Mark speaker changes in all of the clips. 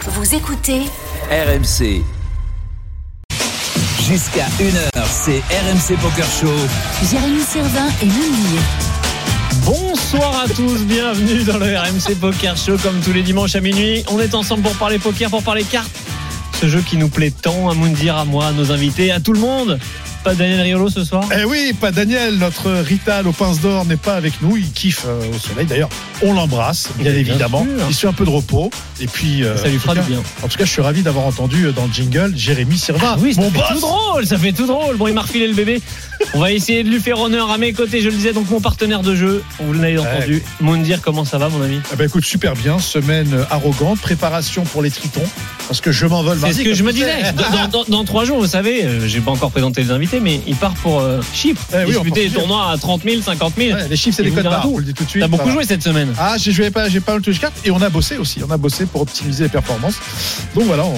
Speaker 1: Vous écoutez
Speaker 2: RMC. Jusqu'à 1h, c'est RMC Poker Show.
Speaker 1: Jérémy Servin et Lully.
Speaker 3: Bonsoir à tous, bienvenue dans le RMC Poker Show comme tous les dimanches à minuit. On est ensemble pour parler poker, pour parler cartes. Ce jeu qui nous plaît tant à Moundir, à moi, à nos invités, à tout le monde. Pas Daniel Riolo ce soir
Speaker 4: Eh oui, pas Daniel, notre Rital au pince d'or n'est pas avec nous, il kiffe euh, au soleil d'ailleurs. On l'embrasse, bien
Speaker 3: Bien
Speaker 4: évidemment.
Speaker 3: sûr.
Speaker 4: Il suit un peu de repos. Et puis, euh,
Speaker 3: Ça lui
Speaker 4: en tout
Speaker 3: fera du
Speaker 4: cas-
Speaker 3: bien.
Speaker 4: En tout cas, je suis ravi d'avoir entendu euh, dans le jingle Jérémy Sirva.
Speaker 3: Ah oui, ça
Speaker 4: mon
Speaker 3: fait tout
Speaker 4: boss
Speaker 3: drôle, ça fait tout drôle. Bon, il m'a refilé le bébé. On va essayer de lui faire honneur à mes côtés, je le disais, donc mon partenaire de jeu, vous l'avez entendu. Moundir, comment ça va mon ami
Speaker 4: Eh ben, écoute, super bien, semaine euh, arrogante, préparation pour les tritons, parce que je m'envole.
Speaker 3: C'est
Speaker 4: vas-y,
Speaker 3: ce que
Speaker 4: comme
Speaker 3: je me
Speaker 4: tu sais.
Speaker 3: disais. Dans, dans- dans trois jours, vous savez, euh, j'ai pas encore présenté les invités, mais il part pour euh, Chypre.
Speaker 4: Eh oui, on part
Speaker 3: disputer
Speaker 4: pour
Speaker 3: des
Speaker 4: Chypre.
Speaker 3: tournois à 30 000, 50 000.
Speaker 4: Ouais, les chiffres, c'est
Speaker 3: Il
Speaker 4: les
Speaker 3: vous
Speaker 4: codes
Speaker 3: dira
Speaker 4: barres,
Speaker 3: tout.
Speaker 4: on le dit tout de suite.
Speaker 3: T'as beaucoup
Speaker 4: Voilà.
Speaker 3: joué cette semaine.
Speaker 4: Ah, j'ai joué pas, j'ai pas le touch carte et on a bossé aussi. On a bossé pour optimiser les performances. Donc voilà, on-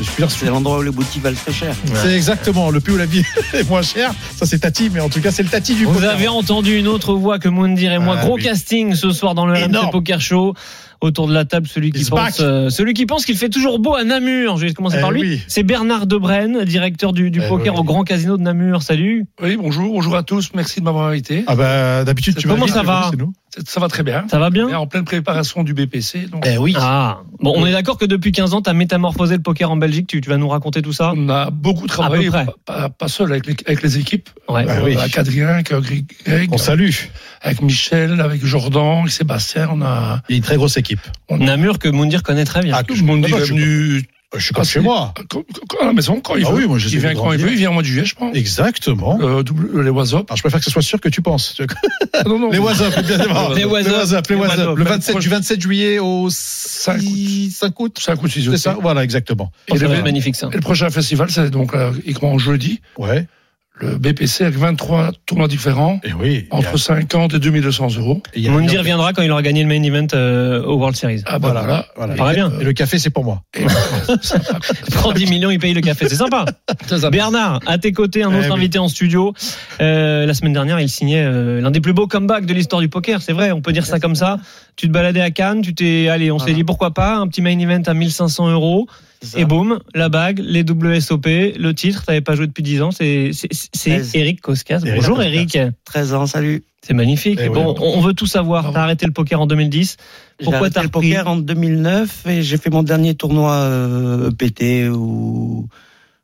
Speaker 4: je suis bien sûr.
Speaker 5: C'est l'endroit où les boutiques valent très cher.
Speaker 4: C'est exactement le plus où la vie est moins chère. Ça, c'est Tati, mais en tout cas, c'est le Tati du
Speaker 3: Vous
Speaker 4: poker.
Speaker 3: avez entendu une autre voix que Moundir et moi.
Speaker 4: Ah
Speaker 3: Gros
Speaker 4: oui.
Speaker 3: casting ce soir dans le
Speaker 4: Énorme.
Speaker 3: RMC Poker Show. Autour de la table, celui qui
Speaker 4: He's
Speaker 3: pense,
Speaker 4: back.
Speaker 3: euh, celui qui pense qu'il fait toujours beau à Namur. Je vais commencer
Speaker 4: Eh
Speaker 3: par lui.
Speaker 4: oui.
Speaker 3: C'est Bernard Debren, directeur du, du
Speaker 4: Eh
Speaker 3: poker
Speaker 4: oui.
Speaker 3: au Grand Casino de Namur. Salut.
Speaker 6: Oui, bonjour, bonjour à tous, merci de m'avoir invité.
Speaker 4: Ah bah d'habitude
Speaker 6: Ça-
Speaker 4: tu vas
Speaker 3: comment
Speaker 4: vite,
Speaker 3: ça
Speaker 4: mais
Speaker 3: va
Speaker 4: bon, c'est nous.
Speaker 6: Ça va très bien.
Speaker 3: Ça va
Speaker 6: On est
Speaker 3: bien?
Speaker 6: en pleine préparation du BPC. Donc
Speaker 4: Eh oui.
Speaker 3: Ah. Bon, on est d'accord que depuis 15 ans, t'as métamorphosé le poker en Belgique. Tu, tu vas nous raconter tout ça?
Speaker 6: On a beaucoup travaillé,
Speaker 3: près.
Speaker 6: pas, pas- pas seul, avec les, avec les équipes.
Speaker 3: Ouais.
Speaker 4: Ah oui.
Speaker 6: Avec Adrien, avec Greg, Greg,
Speaker 4: On salue.
Speaker 6: avec Michel, avec Jordan, avec Sébastien. On a.
Speaker 4: Il y a une très grosse équipe.
Speaker 3: Namur que Moundir connaît très bien.
Speaker 4: Ah,
Speaker 6: Tout le monde dit
Speaker 4: moi,
Speaker 6: est
Speaker 4: je suis-
Speaker 6: venu
Speaker 4: Euh, Je suis comme
Speaker 6: Ah,
Speaker 4: chez
Speaker 6: c'est-
Speaker 4: moi.
Speaker 6: quand- quand- à la maison quand il
Speaker 4: Ah
Speaker 6: veut.
Speaker 4: oui, moi, je sais
Speaker 6: il vient quand il
Speaker 4: grandir.
Speaker 6: veut, il vient au mois de juillet, je pense.
Speaker 4: Exactement.
Speaker 6: Euh, double- les WhatsApp.
Speaker 4: Alors, je préfère que ce soit sûr que tu penses.
Speaker 6: non, non,
Speaker 4: Eh, Les WhatsApp, évidemment.
Speaker 3: Les
Speaker 4: Les WhatsApp, les
Speaker 6: Les
Speaker 4: WhatsApp.
Speaker 6: WhatsApp.
Speaker 4: Le 27, du 27 juillet au 5 août. 5 août.
Speaker 6: C'est un coup de ciseau.
Speaker 4: C'est ça, voilà, exactement.
Speaker 3: Je pense que ça
Speaker 6: il
Speaker 3: va
Speaker 6: est-
Speaker 3: être magnifique ça.
Speaker 6: Et le prochain festival, c'est donc, euh, il commence jeudi.
Speaker 4: Ouais.
Speaker 6: Le BPC avec 23 tournois différents,
Speaker 4: Et oui. Il y a-
Speaker 6: entre 50 et 2200 euros.
Speaker 4: il y a-
Speaker 3: Moundir viendra quand il aura gagné le main event euh, au World Series.
Speaker 6: Ah bah
Speaker 4: Voilà,
Speaker 6: voilà.
Speaker 4: là. Voilà.
Speaker 3: Paraît bien.
Speaker 4: Et le café, c'est pour moi.
Speaker 3: Prends 10 millions, il paye le café. C'est sympa. Bernard, à tes côtés, un
Speaker 4: Eh
Speaker 3: autre
Speaker 4: oui.
Speaker 3: invité en studio. Euh, la semaine dernière, il signait euh, l'un des plus beaux comebacks de l'histoire du poker. C'est vrai, on peut dire ça comme ça. Tu te baladais à Cannes, tu t'es, allez, on s'est
Speaker 5: Voilà.
Speaker 3: dit pourquoi pas, un petit main event à 1500 euros. Et boum, la bague, les WSOP, le titre, t'avais pas joué depuis 10 ans, c'est, c'est, c'est
Speaker 5: Treize.
Speaker 3: Eric Koskas.
Speaker 4: Eric
Speaker 3: Bonjour
Speaker 4: Koskas.
Speaker 3: Eric.
Speaker 5: 13 ans, salut.
Speaker 3: C'est magnifique.
Speaker 4: Eh oui,
Speaker 3: bon, on on veut tout savoir.
Speaker 6: Bravo.
Speaker 3: T'as arrêté le poker en 2010.
Speaker 5: J'ai
Speaker 3: Pourquoi
Speaker 5: arrêté
Speaker 3: t'as
Speaker 5: le
Speaker 3: repris
Speaker 5: poker en 2009 et j'ai fait mon dernier tournoi euh, EPT ou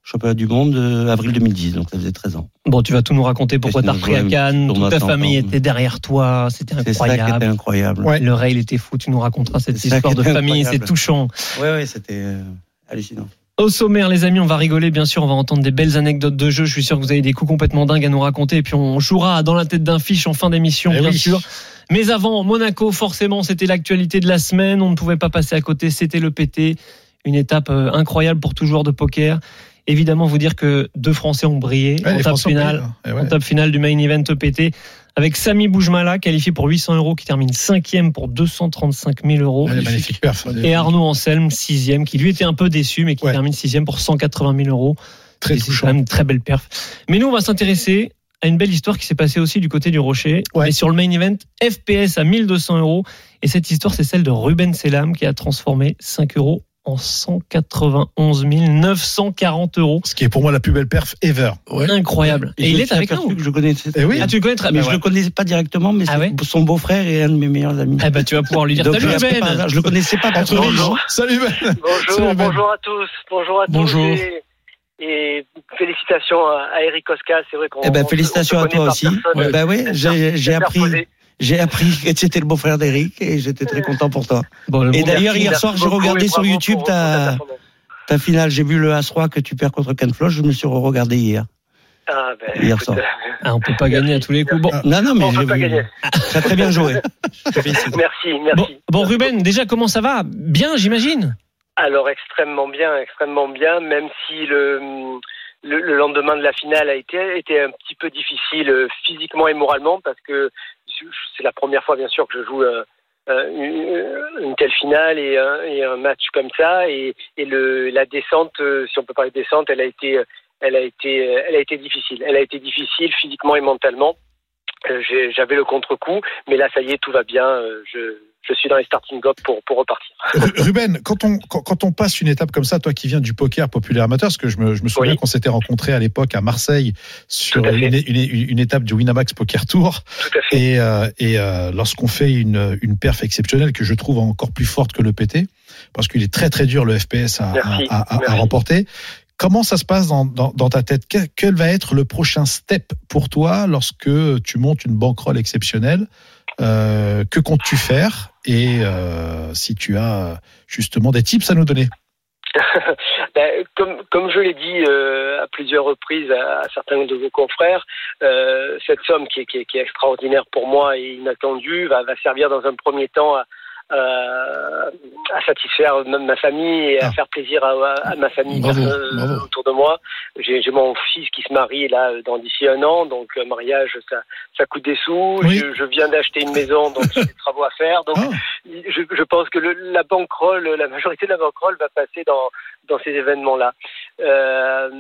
Speaker 5: championnat du monde euh, avril 2010, donc ça faisait 13 ans.
Speaker 3: Bon, tu vas tout nous raconter pourquoi
Speaker 5: Et
Speaker 3: t'as
Speaker 5: sinon,
Speaker 3: repris à
Speaker 5: ouais,
Speaker 3: Cannes,
Speaker 5: on
Speaker 3: toute ta
Speaker 5: attend
Speaker 3: famille
Speaker 5: encore.
Speaker 3: était derrière toi, c'était
Speaker 5: C'est ça qui était
Speaker 3: incroyable.
Speaker 5: incroyable.
Speaker 4: Ouais.
Speaker 3: Le rail était fou, tu nous raconteras cette
Speaker 5: C'est ça
Speaker 3: histoire
Speaker 5: qui
Speaker 3: de
Speaker 5: était
Speaker 3: famille, c'est
Speaker 5: incroyable.
Speaker 3: touchant.
Speaker 5: ouais, ouais, c'était euh, hallucinant.
Speaker 3: Au sommaire, les amis, on va rigoler, bien sûr, on va entendre des belles anecdotes de jeu. Je suis sûr que vous avez des coups complètement dingues à nous raconter. Et puis, on jouera à dans la tête d'un fiche en fin d'émission,
Speaker 4: Eh
Speaker 3: bien
Speaker 4: oui.
Speaker 3: sûr. Mais avant, Monaco, forcément, c'était l'actualité de la semaine. On ne pouvait pas passer à côté. C'était le PT. Une étape euh, incroyable pour tout joueur de poker. Évidemment, vous dire que deux Français ont brillé
Speaker 4: Ouais,
Speaker 3: en
Speaker 4: les
Speaker 3: table
Speaker 4: Français ont
Speaker 3: finale.
Speaker 4: payé, hein. Eh
Speaker 3: en
Speaker 4: ouais.
Speaker 3: table finale du main event EPT avec Sami Boujmala qualifié pour 800 euros qui termine cinquième pour 235 000 euros
Speaker 4: Ouais, Magnifique perf.
Speaker 3: et Arnaud Anselme sixième qui lui était un peu déçu mais qui
Speaker 4: Ouais.
Speaker 3: termine sixième pour 180 000 euros
Speaker 4: Très
Speaker 3: Et c'est
Speaker 4: touchant.
Speaker 3: quand même une très belle perf mais nous on va s'intéresser à une belle histoire qui s'est passée aussi du côté du Rocher
Speaker 4: Ouais.
Speaker 3: mais sur le main event FPS à 1200 euros et cette histoire c'est celle de Ruben Selam qui a transformé 5 euros en 191 940 euros
Speaker 4: Ce qui est pour moi la plus belle perf ever.
Speaker 6: Ouais.
Speaker 3: incroyable et,
Speaker 5: je
Speaker 3: il
Speaker 5: me
Speaker 3: est
Speaker 5: suis
Speaker 3: avec
Speaker 5: aperçu
Speaker 3: nous
Speaker 5: que je connaissais.
Speaker 4: Eh oui.
Speaker 3: ah tu le connais très
Speaker 5: mais
Speaker 3: bien
Speaker 5: je le connaissais pas directement, mais
Speaker 3: Ah
Speaker 5: c'est
Speaker 3: ouais
Speaker 5: son beau-frère et un de mes meilleurs amis.
Speaker 3: Eh ben, tu vas pouvoir lui dire
Speaker 5: Donc,
Speaker 3: Salut
Speaker 5: après,
Speaker 3: Ben
Speaker 5: par hasard, je le connaissais pas
Speaker 4: Entre riches.
Speaker 5: personnellement.
Speaker 4: Salut Ben. Salut, Ben.
Speaker 7: Bonjour, bonjour à tous, bonjour à
Speaker 6: Bonjour.
Speaker 7: tous et, et félicitations à à Eric Koska, c'est vrai qu'on.
Speaker 5: Eh ben,
Speaker 7: on-
Speaker 5: félicitations
Speaker 7: on se
Speaker 5: à toi
Speaker 7: connaît par
Speaker 5: aussi.
Speaker 7: personne.
Speaker 6: Ouais.
Speaker 5: Ben oui, j'ai j'ai appris,
Speaker 7: Interposé.
Speaker 5: j'ai appris que tu étais le beau-frère d'Eric et j'étais très content pour toi.
Speaker 3: Bon, le
Speaker 5: Et
Speaker 3: monde-
Speaker 5: d'ailleurs,
Speaker 7: Merci,
Speaker 5: hier
Speaker 7: merci
Speaker 5: soir, j'ai
Speaker 7: beaucoup
Speaker 5: regardé
Speaker 7: et
Speaker 5: sur
Speaker 7: bravo
Speaker 5: YouTube
Speaker 7: pour- pour
Speaker 5: ta-
Speaker 7: ta performance.
Speaker 5: Ta finale, j'ai vu le As-Roi que tu perds contre Ken Floch, je me suis re-regardé hier.
Speaker 7: Ah, ben,
Speaker 5: Hier
Speaker 7: écoute,
Speaker 5: soir.
Speaker 3: Ah, on peut pas gagner à tous les coups. Bon,
Speaker 5: Non, non, mais
Speaker 7: on peut pas
Speaker 5: j'ai
Speaker 7: gagner.
Speaker 5: vu. T'as très bien joué. Je te félicite.
Speaker 7: Merci,
Speaker 3: bon,
Speaker 7: merci.
Speaker 3: bon, Ruben, déjà, comment ça va Bien, j'imagine.
Speaker 7: Alors extrêmement bien, extrêmement bien, même si le, le, le lendemain de la finale a été, était un petit peu difficile euh, physiquement et moralement parce que je- c'est la première fois bien sûr que je joue euh, euh, une, une telle finale et un, et un match comme ça et, et le, la descente, euh, si on peut parler de descente, elle a été, elle a été, elle a été difficile. Elle a été difficile physiquement et mentalement. Euh, j'ai- J'avais le contre-coup, mais là ça y est, tout va bien. euh, Je, je suis dans les starting blocks pour, pour repartir.
Speaker 4: Ru- Ruben, quand on, quand, quand on passe une étape comme ça, toi qui viens du poker populaire amateur, parce que je me, je me souviens
Speaker 7: Oui.
Speaker 4: qu'on s'était rencontrés à l'époque à Marseille sur
Speaker 7: Tout à fait.
Speaker 4: une, une- une étape du Winamax Poker Tour.
Speaker 7: Tout à fait.
Speaker 4: Et, euh, et euh, lorsqu'on fait une, une perf exceptionnelle que je trouve encore plus forte que le PT, parce qu'il est très très dur le FPS à,
Speaker 7: Merci,
Speaker 4: à- à- à
Speaker 7: merci.
Speaker 4: remporter, comment ça se passe dans, dans, dans ta tête Que- Quel va être le prochain step pour toi lorsque tu montes une bankroll exceptionnelle Euh, Que comptes-tu faire Et euh, si tu as justement des tips à nous donner
Speaker 7: Ben, comme, comme je l'ai dit euh, à plusieurs reprises à, à certains de vos confrères, euh, cette somme qui est, qui est- qui est extraordinaire pour moi et inattendue va, va servir dans un premier temps à, à- à satisfaire ma, ma famille et à
Speaker 4: Ah.
Speaker 7: faire plaisir à, à- à ma famille
Speaker 6: Bravo,
Speaker 7: euh,
Speaker 6: bravo.
Speaker 7: autour de moi. J'ai j'ai mon fils qui se marie là dans d'ici un an, donc un mariage ça, ça coûte des sous.
Speaker 4: Oui.
Speaker 7: Je, je viens d'acheter une maison, donc j'ai des travaux à faire. Donc
Speaker 4: Ah,
Speaker 7: je, je pense que le, la banquerolle, la majorité de la banquerolle va passer dans, dans ces événements-là. Euh,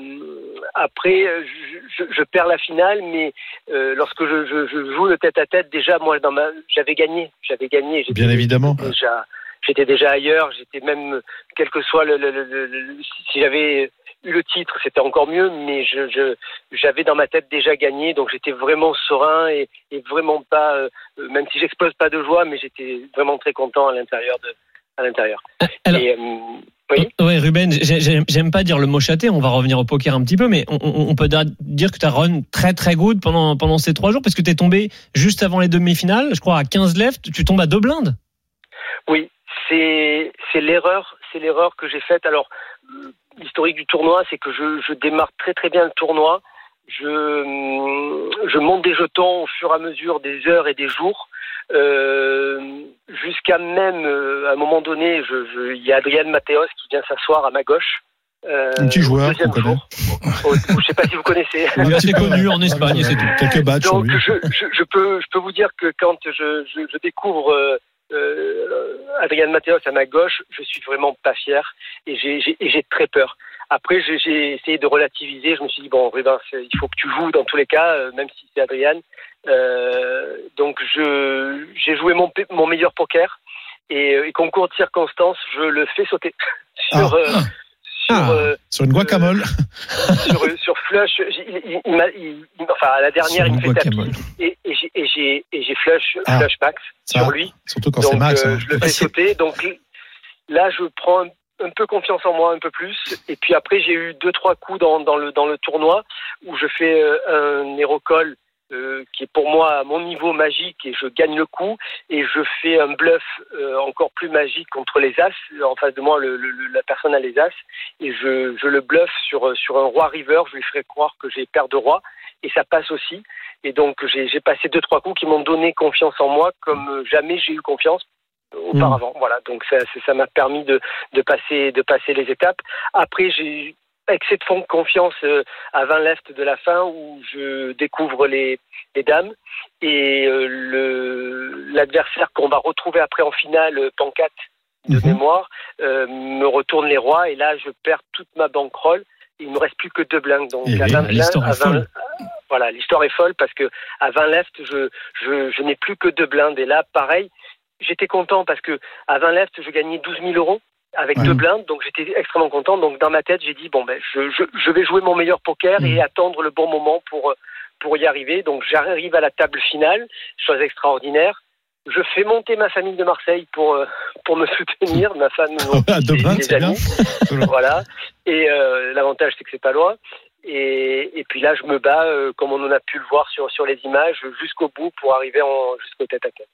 Speaker 7: après, euh, je, je- je perds la finale, mais euh, lorsque je, je- je joue le tête-à-tête, déjà, moi, dans ma, j'avais gagné, j'avais gagné. J'étais
Speaker 4: Bien évidemment.
Speaker 7: Déjà, j'étais déjà ailleurs. J'étais même, quel que soit le, le- le- le- le- si j'avais eu le titre, c'était encore mieux. Mais je, je- j'avais dans ma tête déjà gagné, donc j'étais vraiment serein et, et vraiment pas. euh, euh, même si j'explose pas de joie, mais j'étais vraiment très content à l'intérieur de à l'intérieur.
Speaker 3: alors-
Speaker 7: Et, euh, oui.
Speaker 3: Ouais, Ruben, j'ai- j'ai- j'aime pas dire le mot châté, on va revenir au poker un petit peu, mais on, on- on peut da- dire que tu as run très très good pendant, pendant ces trois jours parce que tu es tombé juste avant les demi-finales, je crois à 15 left, tu tombes à deux blindes.
Speaker 7: Oui, c'est c'est l'erreur, c'est l'erreur que j'ai faite. Alors euh, l'historique du tournoi, c'est que je, je démarre très très bien le tournoi. Je hum, je monte des jetons au fur et à mesure des heures et des jours. Euh, jusqu'à même euh, à un moment donné, je, je- il y a Adrien Mateos qui vient s'asseoir à ma gauche. Euh,
Speaker 4: Un petit joueur
Speaker 7: au deuxième
Speaker 4: qu'on connaît.
Speaker 7: jour. Au- au- je sais pas si vous connaissez.
Speaker 4: Un
Speaker 3: Il est
Speaker 4: petit
Speaker 3: assez
Speaker 4: peu.
Speaker 3: connu en Espagne et c'est tout.
Speaker 4: Quelques badges sur
Speaker 7: Donc
Speaker 4: lui.
Speaker 7: je, je, je peux je peux vous dire que quand je, je, je découvre euh, euh, Adrien Mateos à ma gauche, je suis vraiment pas fier et j'ai j'ai- et j'ai très peur. Après j'ai- j'ai essayé de relativiser, je me suis dit bon Ruben, c'est- il faut que tu joues dans tous les cas, euh, même si c'est Adrien. Euh, donc je j'ai joué mon pe- mon meilleur poker et, euh, et concours de circonstances, je le fais sauter sur
Speaker 4: Ah. Ah.
Speaker 7: euh, sur
Speaker 3: Ah.
Speaker 7: euh,
Speaker 4: Sur une guacamole.
Speaker 7: sur, euh, sur Flush, j'ai- il, il- il m'a- il- il- enfin à la dernière,
Speaker 4: Sur
Speaker 7: il
Speaker 4: une
Speaker 7: me fait tapis
Speaker 4: guacamole.
Speaker 7: et, et j'ai- et j'ai et j'ai Flush,
Speaker 4: Ah.
Speaker 7: Flush Max
Speaker 4: Ça,
Speaker 7: sur lui.
Speaker 4: Surtout quand c'est
Speaker 7: donc
Speaker 4: Max.
Speaker 7: euh,
Speaker 4: hein.
Speaker 7: je le fais sauter. Donc là, je prends un, un peu confiance en moi, un peu plus. Et puis après, j'ai eu deux trois coups dans, dans le dans le tournoi où je fais euh, un hérocol euh, qui est pour moi à mon niveau magique et je gagne le coup et je fais un bluff euh, encore plus magique contre les as euh, en face de moi le, le- le- la personne a les as et je, je le bluffe sur sur un roi river je lui ferai croire que j'ai paire de rois et ça passe aussi et donc j'ai j'ai passé deux trois coups qui m'ont donné confiance en moi comme jamais j'ai eu confiance euh, auparavant voilà donc ça c'est- ça m'a permis de de passer de passer les étapes après j'ai eu excès de fond- confiance euh, à 20 left de la fin où je découvre les les dames et euh, le l'adversaire qu'on va retrouver après en finale euh, Pancate de
Speaker 4: Mhm.
Speaker 7: mémoire euh, me retourne les rois et là je perds toute ma bankroll il me reste plus que deux blindes donc
Speaker 4: Eh
Speaker 7: à
Speaker 4: oui,
Speaker 7: 20
Speaker 3: l'histoire
Speaker 7: blindes,
Speaker 3: est
Speaker 7: à 20
Speaker 3: folle.
Speaker 7: voilà l'histoire est folle parce que à 20 left je je, je n'ai plus que deux blindes et là pareil j'étais content parce que à 20 left je gagnais 12 000 euros avec
Speaker 4: Ouais.
Speaker 7: deux blindes donc j'étais extrêmement content donc dans ma tête j'ai dit bon ben je, je, je vais jouer mon meilleur poker
Speaker 4: Mm.
Speaker 7: et attendre le bon moment pour euh, pour y arriver donc j'arrive à la table finale chose extraordinaire je fais monter ma famille de Marseille pour euh, pour me soutenir ma femme mon
Speaker 4: À
Speaker 7: fils
Speaker 4: Ah, deux
Speaker 7: et
Speaker 4: blindes,
Speaker 7: mes
Speaker 4: c'est bien.
Speaker 7: amis. voilà et euh, l'avantage c'est que c'est pas loin et, et puis là, je me bats, euh, comme on en a pu le voir sur, sur les images, jusqu'au bout pour arriver en- jusqu'au tête à tête.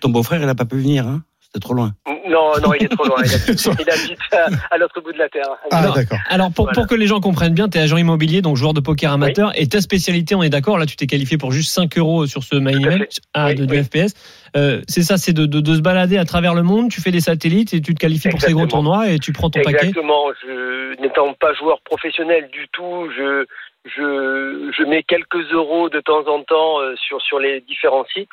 Speaker 5: Ton beau-frère, il n'a pas pu venir, hein c'était trop loin.
Speaker 7: Non, non, il est trop loin. Il habite, il habite à, à l'autre bout de la terre.
Speaker 4: Ah,
Speaker 3: Alors-
Speaker 4: d'accord.
Speaker 3: Alors pour,
Speaker 7: Voilà.
Speaker 3: pour que les gens comprennent bien, tu es agent immobilier, donc joueur de poker amateur, et ta spécialité, on est d'accord, là tu t'es qualifié pour juste 5 euros sur ce main
Speaker 7: Tout à
Speaker 3: event
Speaker 7: fait.
Speaker 3: à
Speaker 7: Oui,
Speaker 3: de,
Speaker 7: oui.
Speaker 3: du FPS. Euh, c'est ça, c'est de, de, de se balader à travers le monde, tu fais des satellites et tu te qualifies pour ces gros
Speaker 7: Exactement.
Speaker 3: tournois et tu prends ton paquet.
Speaker 7: Exactement. Je n'étant pas joueur professionnel du tout, je je je mets quelques euros de temps en temps euh, sur sur les différents sites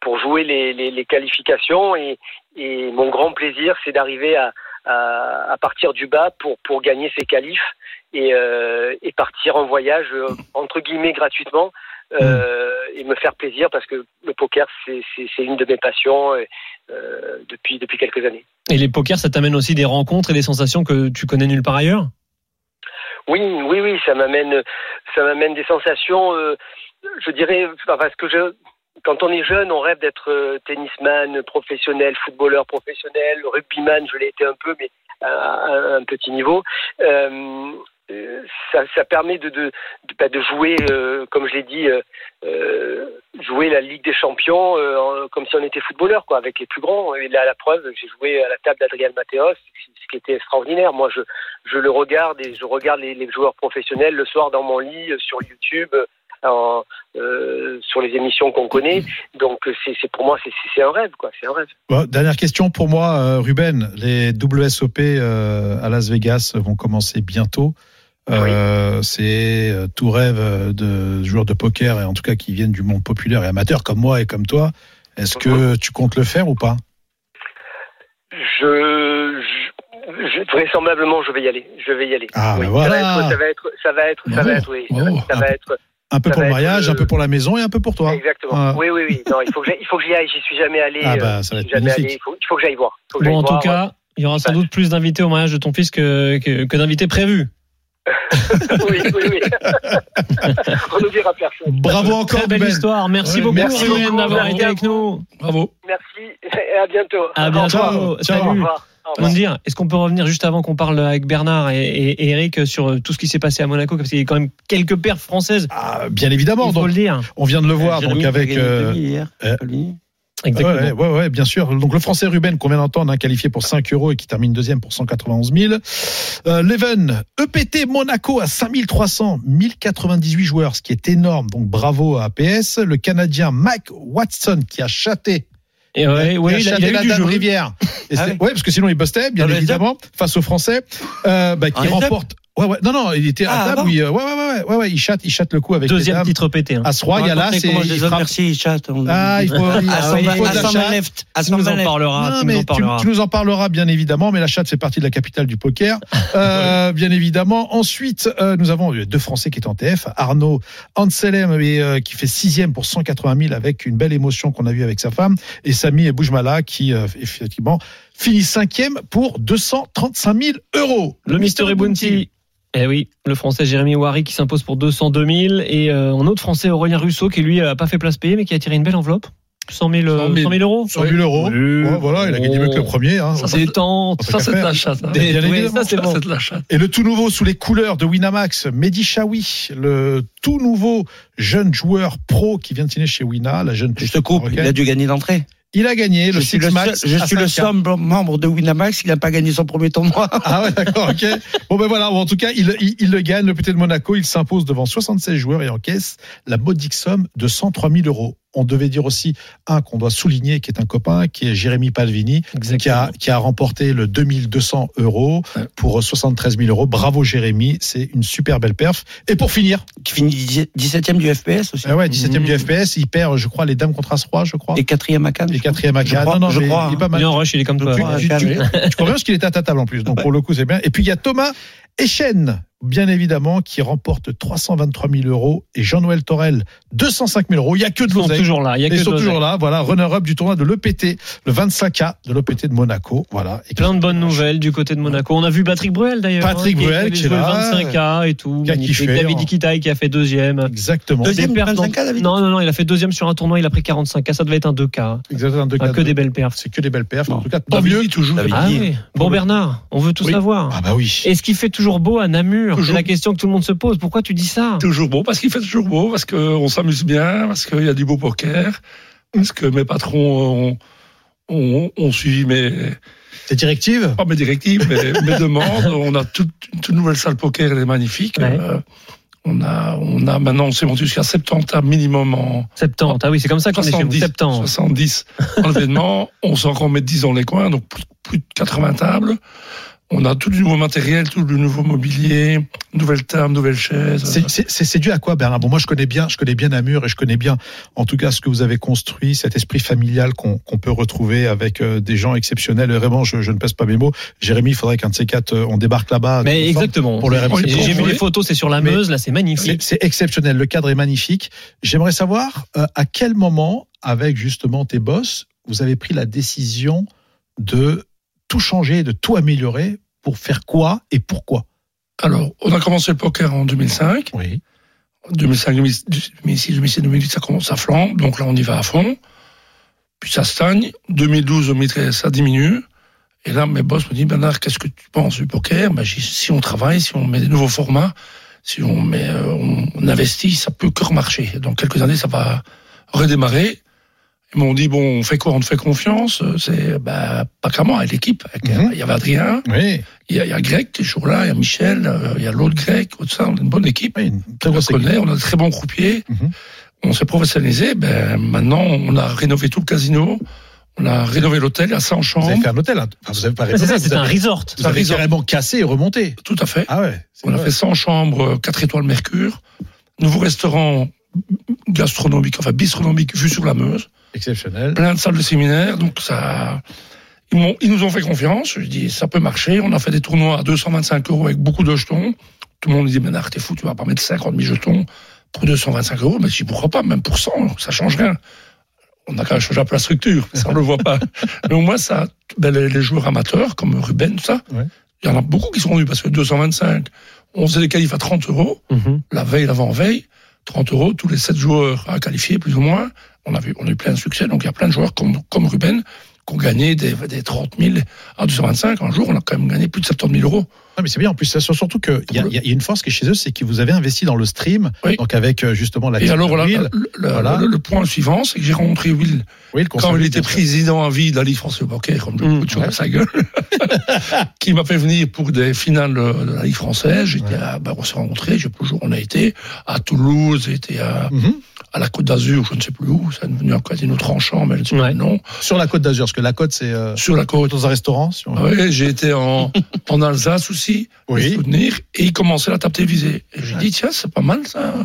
Speaker 7: pour jouer les les, les qualifications et et mon grand plaisir c'est d'arriver à, à à partir du bas pour pour gagner ces qualifs et euh, et partir en voyage euh, entre guillemets gratuitement. Euh,
Speaker 3: Hmm.
Speaker 7: et me faire plaisir parce que le poker, c'est c'est- c'est une de mes passions et, euh, depuis, depuis quelques années.
Speaker 3: Et les pokers, ça t'amène aussi des rencontres et des sensations que tu connais nulle part ailleurs
Speaker 7: Oui, oui, oui, ça m'amène, ça m'amène des sensations. euh, je dirais, enfin, parce que je, quand on est jeune, on rêve d'être euh, tennisman professionnel, footballeur professionnel, rugbyman. Je l'ai été un peu, mais à, à un petit niveau. Euh, euh, ça, ça permet de de, de, bah, de jouer, euh, comme je l'ai dit, euh, euh, jouer la Ligue des Champions euh, en- comme si on était footballeur, quoi, avec les plus grands. Et là, la preuve, j'ai joué à la table d'Adrien Mateos, ce qui était extraordinaire. Moi, je je le regarde et je regarde les, les joueurs professionnels le soir dans mon lit, euh, sur YouTube, euh, en, euh, sur les émissions qu'on connaît. Donc euh, c'est c'est- pour moi c'est- c'est c'est un rêve quoi, c'est un rêve.
Speaker 4: Bon, dernière question pour moi, euh, Ruben. Les WSOP euh, à Las Vegas vont commencer bientôt. Euh, C'est euh, tout rêve euh, de joueurs de poker, et en tout cas qui viennent du monde populaire et amateur comme moi et comme toi. Est-ce que tu comptes le faire ou pas
Speaker 7: Je, je- je- vraisemblablement je vais y aller, je vais y aller.
Speaker 4: Ah,
Speaker 7: Oui,
Speaker 4: ben
Speaker 7: ça va
Speaker 4: voilà. Bah
Speaker 7: être- ça va être, ça va être, ça va
Speaker 4: Bravo.
Speaker 7: être, oui, ça va-
Speaker 6: Bravo.
Speaker 7: ça va être
Speaker 4: Un peu pour
Speaker 7: Ça va
Speaker 4: le
Speaker 7: être,
Speaker 4: mariage, un
Speaker 7: euh,
Speaker 4: peu pour la maison et un peu pour ah, toi.
Speaker 7: exactement.
Speaker 4: Ouais.
Speaker 7: Oui oui oui. Non, il faut que j'aille, il faut que j'y aille. J'y suis jamais allé.
Speaker 4: Ah,
Speaker 7: euh,
Speaker 4: bah, ça va
Speaker 7: j'y suis
Speaker 4: être
Speaker 7: jamais
Speaker 4: magnifique.
Speaker 7: allé. Il faut, il faut que j'aille voir. Faut que
Speaker 3: Bon,
Speaker 7: j'aille
Speaker 3: en tout
Speaker 7: voir.
Speaker 3: cas, il y aura sans
Speaker 7: Ouais.
Speaker 3: doute plus d'invités au mariage de ton fils que, que, que d'invités prévus.
Speaker 7: oui oui oui. On ne dira personne.
Speaker 4: Bravo
Speaker 3: Très
Speaker 4: encore,
Speaker 3: belle
Speaker 4: Ruben.
Speaker 3: histoire. Merci
Speaker 6: Ouais,
Speaker 3: beaucoup,
Speaker 4: merci
Speaker 3: Ruben,
Speaker 7: beaucoup,
Speaker 3: d'avoir
Speaker 7: merci
Speaker 3: été
Speaker 7: à
Speaker 3: avec nous.
Speaker 6: Bravo.
Speaker 7: Merci et à bientôt.
Speaker 3: À
Speaker 7: Au
Speaker 3: bientôt.
Speaker 4: Ciao, ciao.
Speaker 7: revoir. Au
Speaker 3: Salut.
Speaker 7: revoir. Au revoir.
Speaker 3: Moundir, est-ce qu'on peut revenir juste avant qu'on parle avec Bernard et, et- et Eric sur euh, tout ce qui s'est passé à Monaco Parce qu'il y a quand même quelques perfs françaises,
Speaker 4: Ah, bien
Speaker 3: il
Speaker 4: évidemment.
Speaker 3: faut
Speaker 4: Donc,
Speaker 3: le dire.
Speaker 4: on vient de le voir. Donc
Speaker 5: Jérémy qui a
Speaker 4: avec
Speaker 5: gagné
Speaker 4: euh,
Speaker 5: demi hier,
Speaker 4: euh,
Speaker 5: c'est pas lui
Speaker 3: Exactement.
Speaker 4: Ouais, ouais, ouais, bien sûr. Donc le Français Ruben qu'on vient d'entendre, hein, qualifié pour 5 euros et qui termine deuxième pour 191 000. Euh, Leven, EPT Monaco à 5300, 1098 joueurs, ce qui est énorme. Donc bravo à APS. Le Canadien Mike Watson qui a chaté,
Speaker 3: Et ouais, ouais,
Speaker 4: qui
Speaker 3: il,
Speaker 4: a
Speaker 3: a, il
Speaker 4: chaté
Speaker 3: a
Speaker 4: la
Speaker 3: eu du
Speaker 4: Dame
Speaker 3: jeu.
Speaker 4: Rivière. Et
Speaker 5: Ah
Speaker 4: c'est-
Speaker 5: ouais.
Speaker 4: ouais, parce que sinon il bustait, bien
Speaker 5: Dans le
Speaker 4: évidemment, face aux Français, euh, bah,
Speaker 5: Un
Speaker 4: qui
Speaker 5: heads-up
Speaker 4: remporte. Ouais, ouais, non, non, il était
Speaker 5: Ah,
Speaker 4: à table.
Speaker 5: avant.
Speaker 4: oui, euh, ouais, ouais, ouais, ouais, ouais, ouais, il chatte, il chatte le coup avec les
Speaker 3: Deuxième
Speaker 4: dames.
Speaker 3: titre pété. hein.
Speaker 4: À ce roi, il y a là,
Speaker 5: Racontez
Speaker 4: c'est.
Speaker 5: comment je
Speaker 4: il
Speaker 5: les aime,
Speaker 4: frappe.
Speaker 5: Merci, chat. on-
Speaker 4: Ah, il faut, il
Speaker 5: À
Speaker 4: faut- il faut de la
Speaker 5: son
Speaker 4: chatte.
Speaker 5: left. À
Speaker 3: Tu
Speaker 5: son
Speaker 3: nous en
Speaker 5: left.
Speaker 3: parleras.
Speaker 4: Ah, Non,
Speaker 3: Ah, tu
Speaker 4: mais
Speaker 3: nous en
Speaker 4: tu,
Speaker 3: parleras.
Speaker 4: tu nous en parleras bien évidemment, mais la chatte fait partie de la capitale du poker. Euh, bien évidemment. Ensuite, euh, nous avons eu deux Français qui étaient en TF. Arnaud Anselem et, euh, qui fait sixième pour 180 000 avec une belle émotion qu'on a vue avec sa femme. Et Samy Boujmala qui, euh, effectivement, finit cinquième pour 235 000 euros.
Speaker 3: Le Mystery Bounty. Eh oui, le français Jérémy Wari qui s'impose pour 202 000 et euh, un autre français Aurélien Rousseau qui lui euh, a pas fait place payée mais qui a tiré une belle enveloppe. 100 000, euh, 100 000 euros.
Speaker 4: 100 000 euros.
Speaker 3: Oui.
Speaker 4: Ouais, voilà, il a gagné mieux que le premier. hein.
Speaker 3: Ça, ça détente.
Speaker 4: Tant
Speaker 6: Euh, Ça,
Speaker 4: qu'à
Speaker 6: c'est de
Speaker 4: faire.
Speaker 6: la chatte. hein.
Speaker 4: Bien
Speaker 6: Oui,
Speaker 4: évidemment.
Speaker 6: ça, c'est
Speaker 3: Ça,
Speaker 6: bon.
Speaker 3: c'est
Speaker 6: de la chatte.
Speaker 4: Et le tout nouveau sous les couleurs de Winamax, Mehdi Chaoui, le tout nouveau jeune joueur pro qui vient de signer chez Wina, la jeune
Speaker 5: Je te coupe,
Speaker 4: marocaine.
Speaker 5: il a dû gagner d'entrée.
Speaker 4: Il a gagné
Speaker 5: Je
Speaker 4: le
Speaker 5: suis
Speaker 4: Six
Speaker 5: le seul,
Speaker 4: Max.
Speaker 5: je
Speaker 4: à
Speaker 5: suis le
Speaker 4: 5K.
Speaker 5: seul membre de Winamax, il n'a pas gagné son premier tournoi.
Speaker 4: Ah ouais, d'accord, ok. Bon ben voilà, bon, en tout cas, il, il, il le gagne, le PT de Monaco, il s'impose devant 76 joueurs et encaisse la modique somme de 103 000 euros. On devait dire aussi un qu'on doit souligner, qui est un copain, qui est Jérémy Palvini, qui a, qui a remporté le 2200 euros pour 73 000 euros. Bravo Jérémy, c'est une super belle perf. Et pour finir,
Speaker 5: Qui finit 17ème du FPS aussi.
Speaker 4: ah ouais, 17e du FPS, il perd, je crois, les dames contre As-Roi, je crois.
Speaker 5: Et 4ème à Cannes.
Speaker 4: Et quatrième à
Speaker 5: Je
Speaker 4: Cannes.
Speaker 5: crois,
Speaker 4: Non, non,
Speaker 5: je
Speaker 4: mais
Speaker 5: crois,
Speaker 4: Il est
Speaker 3: Il
Speaker 4: pas
Speaker 3: est
Speaker 4: mal.
Speaker 3: en rush, il est comme toi.
Speaker 4: Tu-
Speaker 5: crois,
Speaker 4: tu-
Speaker 5: Cannes,
Speaker 4: tu-
Speaker 5: oui.
Speaker 4: Je crois bien parce qu'il était à ta table en plus. Donc pour le coup, c'est bien. Et puis il y a Thomas Echen, bien évidemment, qui remporte 323 000 euros et Jean-Noël Torel 205 000 euros. Il y a que de
Speaker 3: Ils sont
Speaker 4: l'oseille.
Speaker 3: toujours là. Il y a
Speaker 4: Et
Speaker 3: que
Speaker 4: Ils sont
Speaker 3: deux.
Speaker 4: toujours là. Voilà, runner-up du tournoi de l'EPT, le 25K de l'EPT de Monaco. Voilà. Et
Speaker 3: Plein de bonnes nouvelles du côté de Monaco. On a vu Patrick Bruel d'ailleurs. hein,
Speaker 4: Patrick
Speaker 3: qui-
Speaker 4: Bruel
Speaker 3: avait
Speaker 4: qui
Speaker 3: joué
Speaker 4: est là.
Speaker 3: le 25K et tout.
Speaker 4: Qui a
Speaker 3: Magnifique.
Speaker 4: kiffé,
Speaker 3: David
Speaker 4: hein.
Speaker 3: Iquitaï qui a fait deuxième.
Speaker 4: Exactement.
Speaker 5: Deuxième
Speaker 3: Des
Speaker 5: ou
Speaker 3: perfs
Speaker 5: 25K, David
Speaker 3: Non, non, non, il a fait deuxième sur un tournoi, il a pris 45K. Ça devait être un 2K.
Speaker 4: Exactement. Deux
Speaker 3: Enfin,
Speaker 4: cas
Speaker 3: Ah, que
Speaker 4: de-
Speaker 3: des belles perfs.
Speaker 4: C'est que des belles perfs. En
Speaker 5: Non.
Speaker 4: tout cas, tant
Speaker 6: David,
Speaker 4: mieux.
Speaker 6: toujours.
Speaker 5: David.
Speaker 3: Ah
Speaker 5: Qui-
Speaker 3: oui. Bon, Bernard, on veut tout
Speaker 4: Oui.
Speaker 3: savoir.
Speaker 4: Ah bah oui.
Speaker 3: Et ce qui fait toujours beau à Namur, c'est
Speaker 6: Toujours.
Speaker 3: la question que tout le monde se pose. Pourquoi tu dis ça
Speaker 6: Toujours beau, parce qu'il fait toujours beau, parce qu'on s'amuse bien, parce qu'il y a du beau poker, parce que mes patrons ont, ont- ont suivi mes,
Speaker 4: Tes directives
Speaker 6: pas mes directives, mais mes demandes. On a toute une toute nouvelle salle poker, elle est magnifique.
Speaker 3: Ouais.
Speaker 6: Euh, on a, on a maintenant, on s'est monté jusqu'à 70 tables minimum en
Speaker 3: Septembre. Ah oui, c'est comme ça qu'on est chez vous.
Speaker 6: 70,
Speaker 3: Septembre.
Speaker 6: 70 en événement. On s'en remet 10 dans les coins, donc plus, plus de 80 tables. on a tout du nouveau matériel, tout du nouveau mobilier, nouvelles tables, nouvelles chaises.
Speaker 4: C'est- C'est c'est- c'est dû à quoi, Bernard Bon, moi, je connais bien, je connais bien Namur et je connais bien, en tout cas, ce que vous avez construit, cet esprit familial qu'on qu'on peut retrouver avec euh, des gens exceptionnels. Et vraiment, je, je ne pèse pas mes mots. Jérémy, il faudrait qu'un de ces quatre, euh, on débarque là-bas.
Speaker 3: Mais
Speaker 4: de forme.
Speaker 3: exactement.
Speaker 4: Pour le RMC
Speaker 3: J'ai vu
Speaker 4: Pro.
Speaker 3: les photos, c'est sur la
Speaker 4: Mais-
Speaker 3: Meuse, là c'est
Speaker 4: C'est
Speaker 3: magnifique.
Speaker 4: c'est exceptionnel. Le cadre est magnifique. J'aimerais savoir euh, à quel moment, avec justement tes boss, vous avez pris la décision de tout changer, de tout améliorer pour faire quoi et pourquoi
Speaker 6: Alors, on a commencé le poker en 2005.
Speaker 4: Oui.
Speaker 6: 2005, 2006, 2007, 2008, ça commence à flambe, donc là on y va à fond. Puis ça stagne. 2012, 2013, ça diminue. Et là, mes boss me disent, Bernard, qu'est-ce que tu penses du poker ben, j'ai dit, Si on travaille, si on met des nouveaux formats, si on, met, euh, on, on investit, ça peut que remarcher. Dans quelques années, ça va redémarrer. Ils m'ont dit, bon, on fait quoi On te fait confiance C'est ben, pas qu'à moi, à l'équipe. Il
Speaker 4: Mhm.
Speaker 6: y avait Adrien,
Speaker 4: Oui.
Speaker 6: il y a, il y a Greg qui est toujours là, il y a Michel, euh, il y a l'autre Greg, tout ça, on a une bonne équipe.
Speaker 4: Oui, une très
Speaker 6: On
Speaker 4: grosse
Speaker 6: le
Speaker 4: équipe.
Speaker 6: connaît, on a de très bons croupiers.
Speaker 4: Mhm.
Speaker 6: On s'est professionnalisé. Ben, maintenant, on a rénové tout le casino. On a rénové l'hôtel à 100
Speaker 4: Vous avez
Speaker 6: chambres.
Speaker 4: fait un hôtel. hein. Enfin, vous avez pas
Speaker 3: C'est
Speaker 4: répondu,
Speaker 3: ça,
Speaker 4: vous
Speaker 3: c'est
Speaker 4: avez-
Speaker 3: un resort.
Speaker 4: Vous avez carrément cassé et remonté.
Speaker 6: Tout à fait.
Speaker 4: Ah ouais. c'est
Speaker 6: on a
Speaker 4: vrai.
Speaker 6: fait 100 chambres, 4 étoiles Mercure. Nouveau restaurant gastronomique, enfin bistronomique, vu sur la Meuse.
Speaker 4: Exceptionnel.
Speaker 6: Plein de salles de séminaire. Donc, ça. Ils, m'ont- ils nous ont fait confiance. Je dis, ça peut marcher. On a fait des tournois à 225 euros avec beaucoup de jetons. Tout le monde dit, Bernard, t'es fou, tu vas pas mettre 50 000 jetons pour 225 euros. Mais je dis, pourquoi pas, même pour 100, ça change rien. On a quand même changé un peu la structure, ça on le voit pas. Mais au moins, ça, ben, les, les joueurs amateurs, comme Ruben, tout ça, il
Speaker 4: Ouais.
Speaker 6: y en a beaucoup qui sont venus parce que 225, on faisait des qualifs à 30 euros,
Speaker 3: Mhm.
Speaker 6: la veille, l'avant-veille, 30 euros, tous les 7 joueurs à qualifier, plus ou moins. On a, vu, on a eu plein de succès, donc il y a plein de joueurs comme, comme Ruben qui ont gagné des, des 30 000 à 225. Un jour, on a quand même gagné plus de 70 000 euros.
Speaker 4: Non, mais c'est bien. En plus, ça sur- surtout qu'il y, a- il y a une force qui est chez eux, c'est que vous avez investi dans le stream.
Speaker 6: Oui.
Speaker 4: Donc, avec euh, justement la
Speaker 6: Et alors, là,
Speaker 4: Will,
Speaker 6: le- le-
Speaker 4: voilà.
Speaker 6: le- le point suivant, c'est que j'ai rencontré Will
Speaker 4: Will,
Speaker 6: quand il était président à vie de la Ligue française de poker, comme je
Speaker 3: Mm,
Speaker 6: le couture à sa gueule, qui m'a fait venir pour des finales euh, de la Ligue française. J'étais à- ben, on s'est rencontrés, j'ai plus le jour, on a été à Toulouse, j'ai été à,
Speaker 4: Mhm.
Speaker 6: à la Côte d'Azur, je ne sais plus où, ça est devenu un casino tranchant, mais je ne sais
Speaker 3: Ouais.
Speaker 6: plus le nom.
Speaker 4: Sur la côte d'Azur, parce que la côte, c'est euh,
Speaker 6: Sur la côte. Ah
Speaker 4: dans un restaurant. si on-
Speaker 6: Ouais, j'ai été en, en Alsace aussi,
Speaker 4: Oui.
Speaker 6: pour soutenir, et il commençait la tape télévisée. Et j'ai dit, tiens, c'est pas mal ça, on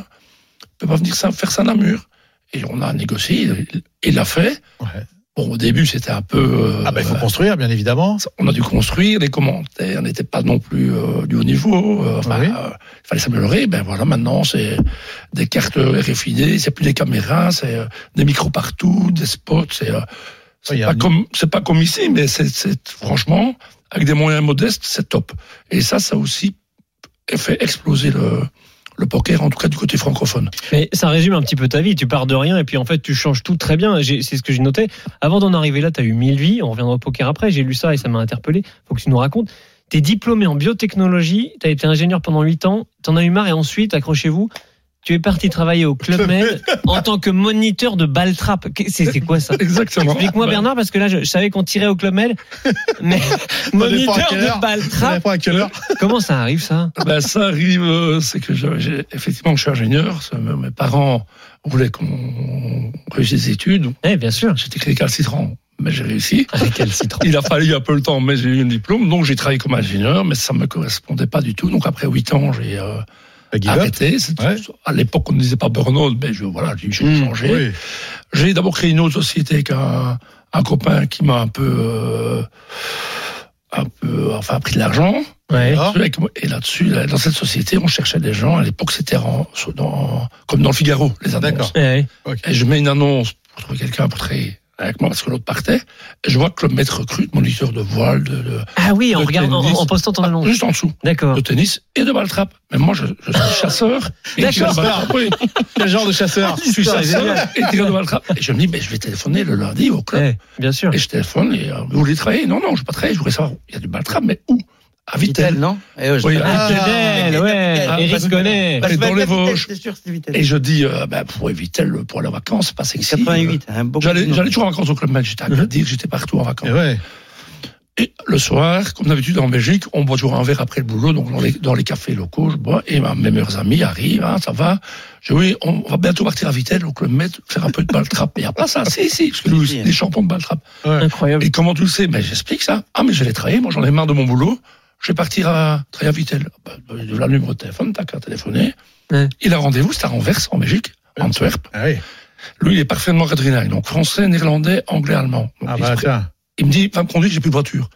Speaker 6: peut pas venir ça- faire ça à Namur. Et on a négocié, il- il l'a fait.
Speaker 4: Ouais.
Speaker 6: Bon, au début, c'était un peu. euh,
Speaker 4: Ah, bah, il faut construire, bien évidemment.
Speaker 6: on a dû construire, les commentaires n'étaient pas non plus euh, du haut niveau, euh, enfin,
Speaker 4: Oui.
Speaker 6: euh, il fallait s'améliorer, ben voilà, maintenant c'est des cartes RFID, c'est plus des caméras, c'est euh, des micros partout, des spots, c'est euh, c'est
Speaker 4: Oui, il y a
Speaker 6: pas
Speaker 4: un-
Speaker 6: comme c'est pas comme ici, mais c'est c'est- franchement avec des moyens modestes, c'est top. Et ça, ça aussi fait exploser le le poker, en tout cas du côté francophone.
Speaker 3: Mais ça résume un petit peu ta vie. Tu pars de rien et puis en fait tu changes tout très bien. J'ai- C'est ce que j'ai noté. Avant d'en arriver là, tu as eu 1000 vies. On reviendra au poker après. J'ai lu ça et ça m'a interpellé. Faut que tu nous racontes. Tu es diplômé en biotechnologie. Tu as été ingénieur pendant 8 ans. Tu en as eu marre et ensuite, accrochez-vous, tu es parti travailler au Club Med en tant que moniteur de baltrap. C'est c'est quoi ça
Speaker 6: Exactement.
Speaker 3: Explique-moi
Speaker 4: Bah.
Speaker 3: Bernard parce que là je, je savais qu'on tirait au Club Med, mais
Speaker 4: à
Speaker 3: moniteur
Speaker 4: quelle heure.
Speaker 3: de
Speaker 4: Ça
Speaker 3: baltrap.
Speaker 4: dépend à quelle heure.
Speaker 3: Comment ça arrive ça
Speaker 6: Ben, ça arrive, euh, c'est que je- j'ai- effectivement, je suis ingénieur. ça, me- Mes parents voulaient qu'on réussisse des études.
Speaker 3: Eh bien sûr.
Speaker 6: J'étais récalcitrant, mais j'ai réussi.
Speaker 3: Quel citron.
Speaker 6: Il a fallu un peu le temps, mais j'ai eu un diplôme. Donc, j'ai travaillé comme ingénieur, mais ça me correspondait pas du tout. Donc, après 8 ans, j'ai euh,
Speaker 4: La give up.
Speaker 6: arrêté. C'est-
Speaker 4: Ouais. Hmm,
Speaker 6: À l'époque, on ne disait pas burn-out, mais je, voilà, j'ai j'ai changé.
Speaker 4: Mhm. Oui.
Speaker 6: J'ai d'abord créé une autre société avec un, un copain qui m'a un peu, euh, un peu, enfin, pris de l'argent.
Speaker 3: Ouais.
Speaker 4: Alors
Speaker 6: Celui avec moi- Et là-dessus, là, dans cette société, on cherchait des gens. À l'époque, c'était en- sur- dans- comme dans le Figaro, les
Speaker 4: D'accord.
Speaker 6: annonces.
Speaker 3: Ouais.
Speaker 6: Et je mets une annonce pour trouver quelqu'un pour travailler avec moi parce que l'autre partait. Et je vois que le maître recrute moniteur de voile, de, de-
Speaker 3: Ah oui, en,
Speaker 6: Le
Speaker 3: regardant, en,
Speaker 6: tennis.
Speaker 3: en postant ton annonce.
Speaker 6: juste en dessous,
Speaker 4: Ah.
Speaker 3: D'accord.
Speaker 6: de tennis et de baltrap. Mais moi, je, je suis chasseur et
Speaker 3: D'accord.
Speaker 6: tireur de baltrap. Oui,
Speaker 4: Quel genre de chasseur
Speaker 6: je suis
Speaker 3: L'histoire est
Speaker 6: chasseur
Speaker 3: géniale.
Speaker 6: et tireur de baltrap. Et je me dis, ben, je vais téléphoner le lundi au club.
Speaker 3: Eh, bien sûr.
Speaker 6: Et je téléphone et euh, vous voulez travailler Non, non, je ne veux pas travailler. Je voudrais savoir, il y a du baltrap, mais où À Vitel.
Speaker 5: Vitel, non Eh ouais, je-
Speaker 6: Oui,
Speaker 3: Ah,
Speaker 5: Ah,
Speaker 3: Vitel, ouais.
Speaker 6: Ah,
Speaker 3: Eric
Speaker 6: parce que-
Speaker 3: connaît.
Speaker 5: parce que
Speaker 6: dans les
Speaker 5: Vitel,
Speaker 6: Vosges.
Speaker 5: C'est sûr, c'est Vitel.
Speaker 6: Et je dis, euh, ben, pour éviter le, pour la vacance, c'est pas sexy.
Speaker 5: 88, un beau
Speaker 6: J'allais
Speaker 5: continent.
Speaker 6: j'allais toujours en vacances au Club Med, j'étais à Agadir, j'étais partout en vacances.
Speaker 4: Eh ouais.
Speaker 6: Et le soir, comme d'habitude en Belgique, on boit toujours un verre après le boulot, donc dans les, dans les cafés locaux, je bois, et ma- mes meilleurs amis arrivent, hein, ça va. Je dis, oui, on va bientôt partir à Vitel, au Club Med, faire un peu de baltrap. Il n'y a pas ça, si, si, parce que nous, c'est des champions de baltrap.
Speaker 3: Incroyable.
Speaker 6: Et comment tu le sais Ben, j'explique ça. Ah, mais je l'ai travaillé, moi j'en ai marre de mon boulot. je vais partir à Trajavitel. Bah, bah, il a le numéro de téléphone, tac, à téléphoner.
Speaker 3: Ouais.
Speaker 6: Il a rendez-vous, c'est à Anvers, en Belgique, Antwerp.
Speaker 4: Ah oui.
Speaker 6: Lui, il est parfaitement quadrilingue, donc français, néerlandais, anglais, allemand. Donc,
Speaker 4: Ah
Speaker 6: il,
Speaker 4: bah
Speaker 6: se pré-
Speaker 4: tiens,
Speaker 6: il me dit, va me conduire, j'ai plus de voiture.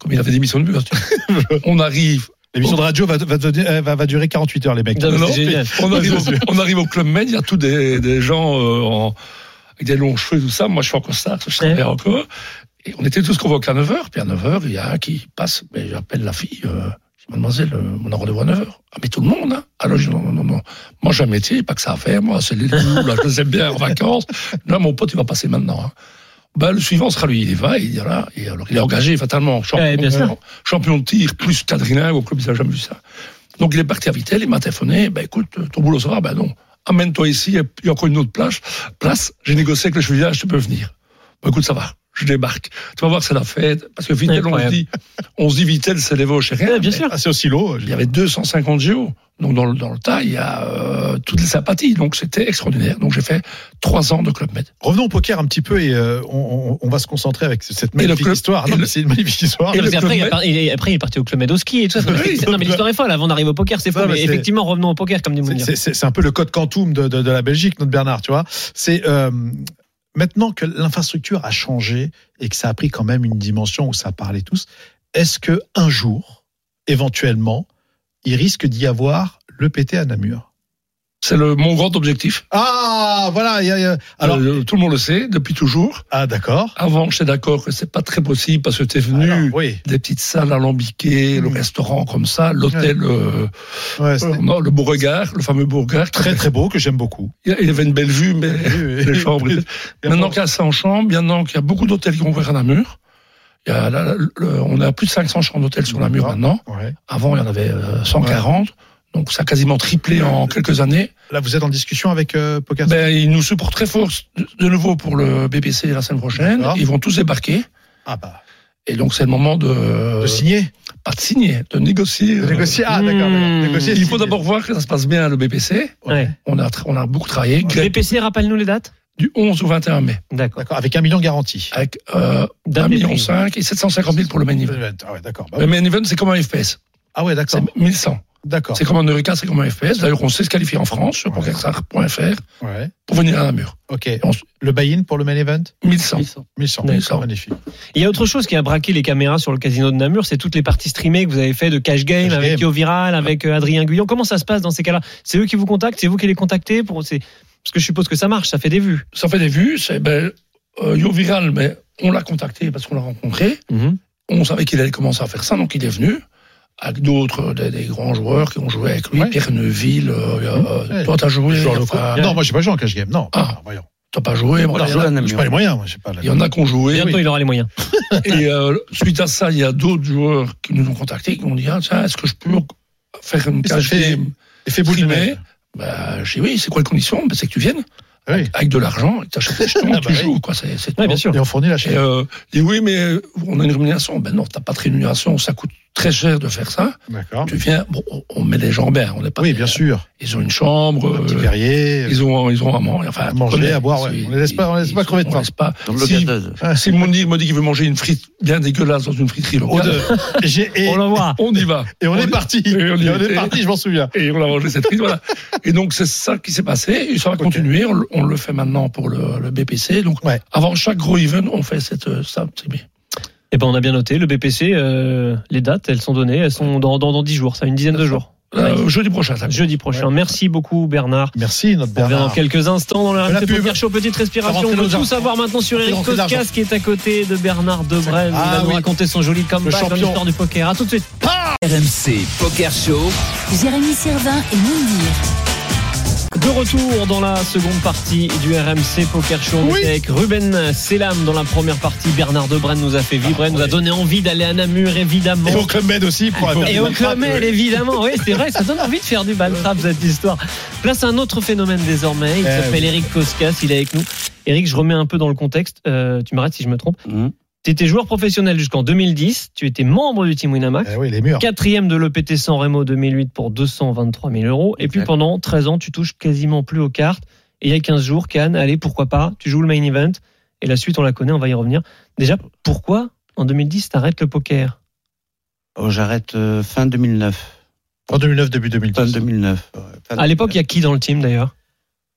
Speaker 6: Comme il avait des missions de voiture. on arrive,
Speaker 4: l'émission de radio va, va, euh, va- va- va durer 48 heures, les mecs.
Speaker 3: Non,
Speaker 6: Non,
Speaker 3: c'est génial.
Speaker 6: on arrive, au, on arrive au Club Med, il y a tous des, des gens euh, en- avec des longs cheveux et tout ça. Moi, je suis en costard, je travaille encore. Et on était tous convoqués à 9h. Puis à 9h, il y a un qui passe. Mais j'appelle la fille. euh, je dis, mademoiselle, euh, on a rendez-vous à 9h. Ah, mais tout le monde, hein Alors, je dis, non, non, non, non. Moi, j'ai un métier, pas que ça à faire. Moi, c'est les loups, là, je les aime bien en vacances. Là, mon pote, il va passer maintenant. hein. Ben, le suivant sera lui. Il y va, il y a là. Et alors, il est engagé, fatalement. Champion, euh,
Speaker 3: Ouais, bien sûr.
Speaker 6: champion de tir, plus quadrilingue au club, il n'a jamais vu ça. Donc il est parti à Vitel, il m'a téléphoné, ben écoute, euh, ton boulot sera, ben non, amène-toi ici, il y a encore une autre plage, place, j'ai négocié avec le chevillage, tu peux venir. Ben écoute, ça va, je débarque. Tu vas voir, c'est la fête, parce que Vitel, on se
Speaker 3: Incroyable.
Speaker 6: dit, on se dit Vitel, c'est les Vosges, rien.
Speaker 3: bien
Speaker 6: mais
Speaker 3: sûr.
Speaker 4: Ah, c'est aussi l'eau.
Speaker 6: Il y avait 250 géos, donc dans le, dans le tas, il y a euh, toutes les sympathies, donc c'était extraordinaire. Donc j'ai fait trois ans de Club Med.
Speaker 4: Revenons au poker un petit peu et euh, on, on- on va se concentrer avec cette
Speaker 6: le
Speaker 4: magnifique
Speaker 6: club-
Speaker 4: histoire.
Speaker 6: et
Speaker 4: Non,
Speaker 6: le-
Speaker 4: mais c'est une magnifique histoire.
Speaker 3: Et
Speaker 6: le
Speaker 3: parce qu'après,
Speaker 6: Club
Speaker 3: il, est
Speaker 6: Med-
Speaker 3: par- il est- après, il est parti au Club Med au ski et tout ça.
Speaker 4: Ah Oui,
Speaker 3: C'est- non, mais l'histoire est folle. Avant d'arriver au poker, c'est fou.
Speaker 4: Non, mais
Speaker 3: Mais
Speaker 4: c'est-
Speaker 3: effectivement, revenons au poker, comme dit
Speaker 4: C'est-
Speaker 3: Mounir.
Speaker 4: C'est c'est- c'est un peu le code quantum de, de- de la Belgique, notre Bernard, tu vois. C'est euh, maintenant que l'infrastructure a changé et que ça a pris quand même une dimension où ça parlait tous. Est-ce que un jour, éventuellement, il risque d'y avoir le PT à Namur
Speaker 6: C'est le, mon grand objectif.
Speaker 4: Ah, voilà. il y a- il y a- Alors,
Speaker 6: Alors, tout le monde le sait, depuis toujours.
Speaker 4: ah, d'accord.
Speaker 6: Avant, j'étais d'accord que c'est pas très possible parce que t'es venu.
Speaker 4: Alors, oui.
Speaker 6: des petites salles alambiquées, le
Speaker 4: Mmh.
Speaker 6: restaurant comme ça, l'hôtel, euh,
Speaker 4: Ouais,
Speaker 6: euh,
Speaker 4: c'était
Speaker 6: non, le Beauregard, le fameux Beauregard.
Speaker 4: très très beau que j'aime beaucoup.
Speaker 6: Il il avait une belle vue, mais les chambres. étaient- Maintenant
Speaker 4: Maintenant,
Speaker 6: qu'il y a 100 chambres, maintenant qu'il y a beaucoup d'hôtels qui ont ouvert à Namur, il y a là, le- le- on a plus de 500 chambres d'hôtel sur Namur
Speaker 4: D'accord.
Speaker 6: maintenant.
Speaker 4: Ouais.
Speaker 6: Avant, il y en avait euh, 140. Donc ça a quasiment triplé en quelques années.
Speaker 4: Là, vous êtes en discussion avec euh, Poker.
Speaker 6: Ben, ils nous supportent très fort de- de nouveau pour le BBC la semaine prochaine.
Speaker 4: D'accord.
Speaker 6: Ils vont tous débarquer.
Speaker 4: ah bah,
Speaker 6: Et donc c'est le moment de,
Speaker 4: de signer,
Speaker 6: pas de signer, de négocier.
Speaker 4: de
Speaker 6: euh,
Speaker 4: négocier. Ah,
Speaker 3: Hmm.
Speaker 4: d'accord. d'accord. Négocier,
Speaker 6: Il faut
Speaker 4: signer.
Speaker 6: d'abord voir que ça se passe bien à le BPC.
Speaker 3: Ouais.
Speaker 6: On a, tra- on a beaucoup travaillé Greg,
Speaker 3: BPC, rappelle-nous les dates
Speaker 6: du 11 au 21 mai
Speaker 3: D'accord.
Speaker 4: D'accord, avec un million garanti.
Speaker 6: avec euh,
Speaker 3: Date
Speaker 6: 1,5
Speaker 3: des
Speaker 6: million
Speaker 3: primes.
Speaker 6: et 750 000 pour le main event.
Speaker 4: Ah ouais, d'accord. Bah
Speaker 6: Le
Speaker 4: oui.
Speaker 6: main event, c'est comme un FPS.
Speaker 4: Ah ouais,
Speaker 6: C'est
Speaker 4: d'accord.
Speaker 6: 1100.
Speaker 4: D'accord.
Speaker 6: C'est comme un Eureka, c'est comme un FPS. D'ailleurs, on sait se qualifier en France sur
Speaker 4: Ouais.
Speaker 6: pokercar.fr
Speaker 4: Ouais.
Speaker 6: pour venir à Namur.
Speaker 4: Ok.
Speaker 6: on s-
Speaker 4: Le buy-in pour le main event
Speaker 6: 1100.
Speaker 4: 1100.
Speaker 6: D'accord.
Speaker 4: Magnifique.
Speaker 3: Il y a autre chose qui a braqué les caméras sur le casino de Namur, c'est toutes les parties streamées que vous avez fait de Cash Game
Speaker 4: Cash
Speaker 3: avec
Speaker 4: Game.
Speaker 3: Yo Viral, avec euh, Adrien Guyon. Comment ça se passe dans ces cas-là C'est eux qui vous contactent, c'est vous qui les contactez pour c'est parce que je suppose que ça marche, ça fait des vues.
Speaker 6: Ça fait des vues. C'est ben, euh, Yo Viral, mais on l'a contacté parce qu'on l'a rencontré.
Speaker 4: Mhm.
Speaker 6: On savait qu'il allait commencer à faire ça, donc il est venu avec d'autres, euh, des, des grands joueurs qui ont joué avec lui.
Speaker 4: Ouais. Mmh.
Speaker 6: Pierre Neuville, euh, euh,
Speaker 4: Ouais.
Speaker 6: toi, t'as joué.
Speaker 4: Genre le
Speaker 6: enfin,
Speaker 4: coup- Non, moi, j'ai pas joué en cash game. Non.
Speaker 6: Ah.
Speaker 4: Non, voyons.
Speaker 6: T'as pas joué. voilà, il y en a-
Speaker 5: Namur.
Speaker 4: J'ai pas les moyens. Moi, j'ai pas. la-
Speaker 6: il y en a qui ont joué.
Speaker 3: Bientôt il aura les moyens.
Speaker 6: Et euh, suite à ça, il y a d'autres joueurs qui nous ont contactés, qui ont dit ah, tiens, est-ce que je peux faire une
Speaker 4: Ça
Speaker 6: cash
Speaker 4: fait-
Speaker 6: game
Speaker 4: Effet boule de
Speaker 6: streamée
Speaker 4: neige.
Speaker 6: bah, J'ai dit oui, c'est quoi les conditions bah, C'est que tu viennes
Speaker 4: Ah Oui.
Speaker 6: avec de l'argent, et que t'achètes des jetons,
Speaker 4: Ah
Speaker 6: tu
Speaker 4: bah oui.
Speaker 6: joues. Quoi, c'est, c'est
Speaker 3: Ouais,
Speaker 6: tout.
Speaker 3: bien sûr.
Speaker 4: Et on fournit la
Speaker 6: Et
Speaker 4: chaîne.
Speaker 6: euh, il dit oui, mais euh, on a une rémunération. Ben non, t'as pas de rémunération, ça coûte très cher de faire ça.
Speaker 4: D'accord.
Speaker 6: Tu viens, bon, on- on met les gens bien, on n'est pas.
Speaker 4: Ah. Oui, bien sûr.
Speaker 6: Ils ont une chambre,
Speaker 4: Un petit
Speaker 6: euh,
Speaker 4: verrier.
Speaker 6: ils ont, ils ont à manger, enfin,
Speaker 4: À
Speaker 6: tu
Speaker 4: manger,
Speaker 6: connais,
Speaker 4: à boire, ouais.
Speaker 6: ils-
Speaker 4: On les laisse pas- on les laisse
Speaker 6: ils-
Speaker 4: pas crever de
Speaker 6: on
Speaker 4: faim.
Speaker 6: laisse pas.
Speaker 5: Dans le
Speaker 6: Si-
Speaker 5: gazeuses.
Speaker 4: euh,
Speaker 6: si Mounir me dit qu'il veut manger une frite bien dégueulasse dans une friterie
Speaker 4: Au
Speaker 6: locale,
Speaker 4: deux. J'ai- Et,
Speaker 3: On l'envoie.
Speaker 6: on y va.
Speaker 4: et on est parti.
Speaker 6: Et on y
Speaker 4: Et on est
Speaker 6: était.
Speaker 4: parti. Je m'en souviens.
Speaker 6: Et on l'a mangé cette frite, voilà. Et donc c'est ça qui s'est passé. Et ça va
Speaker 4: Ok.
Speaker 6: continuer. On, le- on le fait maintenant pour le, le BPC. Donc
Speaker 4: Ouais.
Speaker 6: avant chaque gros event, on fait cette euh, ça. c'est bien.
Speaker 3: Eh ben on a bien noté le BPC, euh, les dates elles sont données, elles sont dans dans, dans 10 jours, ça une dizaine de jours,
Speaker 6: Euh, jeudi prochain. ça.
Speaker 3: jeudi prochain. Merci beaucoup Bernard.
Speaker 4: Merci,
Speaker 3: On
Speaker 4: notre
Speaker 3: revient dans
Speaker 4: Bernard.
Speaker 3: quelques instants dans le
Speaker 4: La
Speaker 3: RMC
Speaker 4: pub.
Speaker 3: Poker Show. Petite respiration.
Speaker 4: Rentrer
Speaker 3: On veut
Speaker 4: nos
Speaker 3: tout
Speaker 4: argent.
Speaker 3: savoir maintenant sur Eric
Speaker 4: Rentrer nos
Speaker 3: Koskas
Speaker 4: argent.
Speaker 3: qui est à côté de Bernard Debrel.
Speaker 4: Ah
Speaker 3: Il va nous
Speaker 4: oui.
Speaker 3: raconter son joli comeback dans
Speaker 4: champion.
Speaker 3: l'histoire du poker. À tout de suite.
Speaker 2: RMC Poker Show.
Speaker 1: Jérémy Sirvin et Mounir.
Speaker 3: De retour dans la seconde partie du RMC Poker Show On était avec Ruben Selam dans la première partie. Bernard Debrel nous a fait vibrer, nous a donné envie d'aller à Namur évidemment.
Speaker 4: Ah Et au Club Med aussi pour la-
Speaker 3: Et au Clomel, évidemment, oui, c'est vrai, ça donne envie de faire du ball trap, cette histoire. Place un autre phénomène désormais, il
Speaker 4: Eh
Speaker 3: s'appelle
Speaker 4: oui.
Speaker 3: Eric Koskas, il est avec nous. Eric, je remets un peu dans le contexte, euh, tu m'arrêtes si je me trompe.
Speaker 5: Mhm.
Speaker 3: Tu étais joueur professionnel jusqu'en 2010, tu étais membre du team Winamax,
Speaker 4: Eh oui, les murs.
Speaker 3: quatrième de l'EPT San Remo 2008 pour 223 000 euros, et puis
Speaker 5: Exact.
Speaker 3: pendant 13 ans, tu touches quasiment plus aux cartes. Et il y a 15 jours, Cannes, allez, pourquoi pas, tu joues le main event, et la suite, on la connaît, on va y revenir. Déjà, pourquoi en 2010 t'arrêtes le poker
Speaker 5: Oh, J'arrête euh, fin 2009.
Speaker 4: En 2009, début
Speaker 5: Fin
Speaker 4: 2010.
Speaker 5: 2009. ouais, fin
Speaker 3: À l'époque, il y a qui dans le team d'ailleurs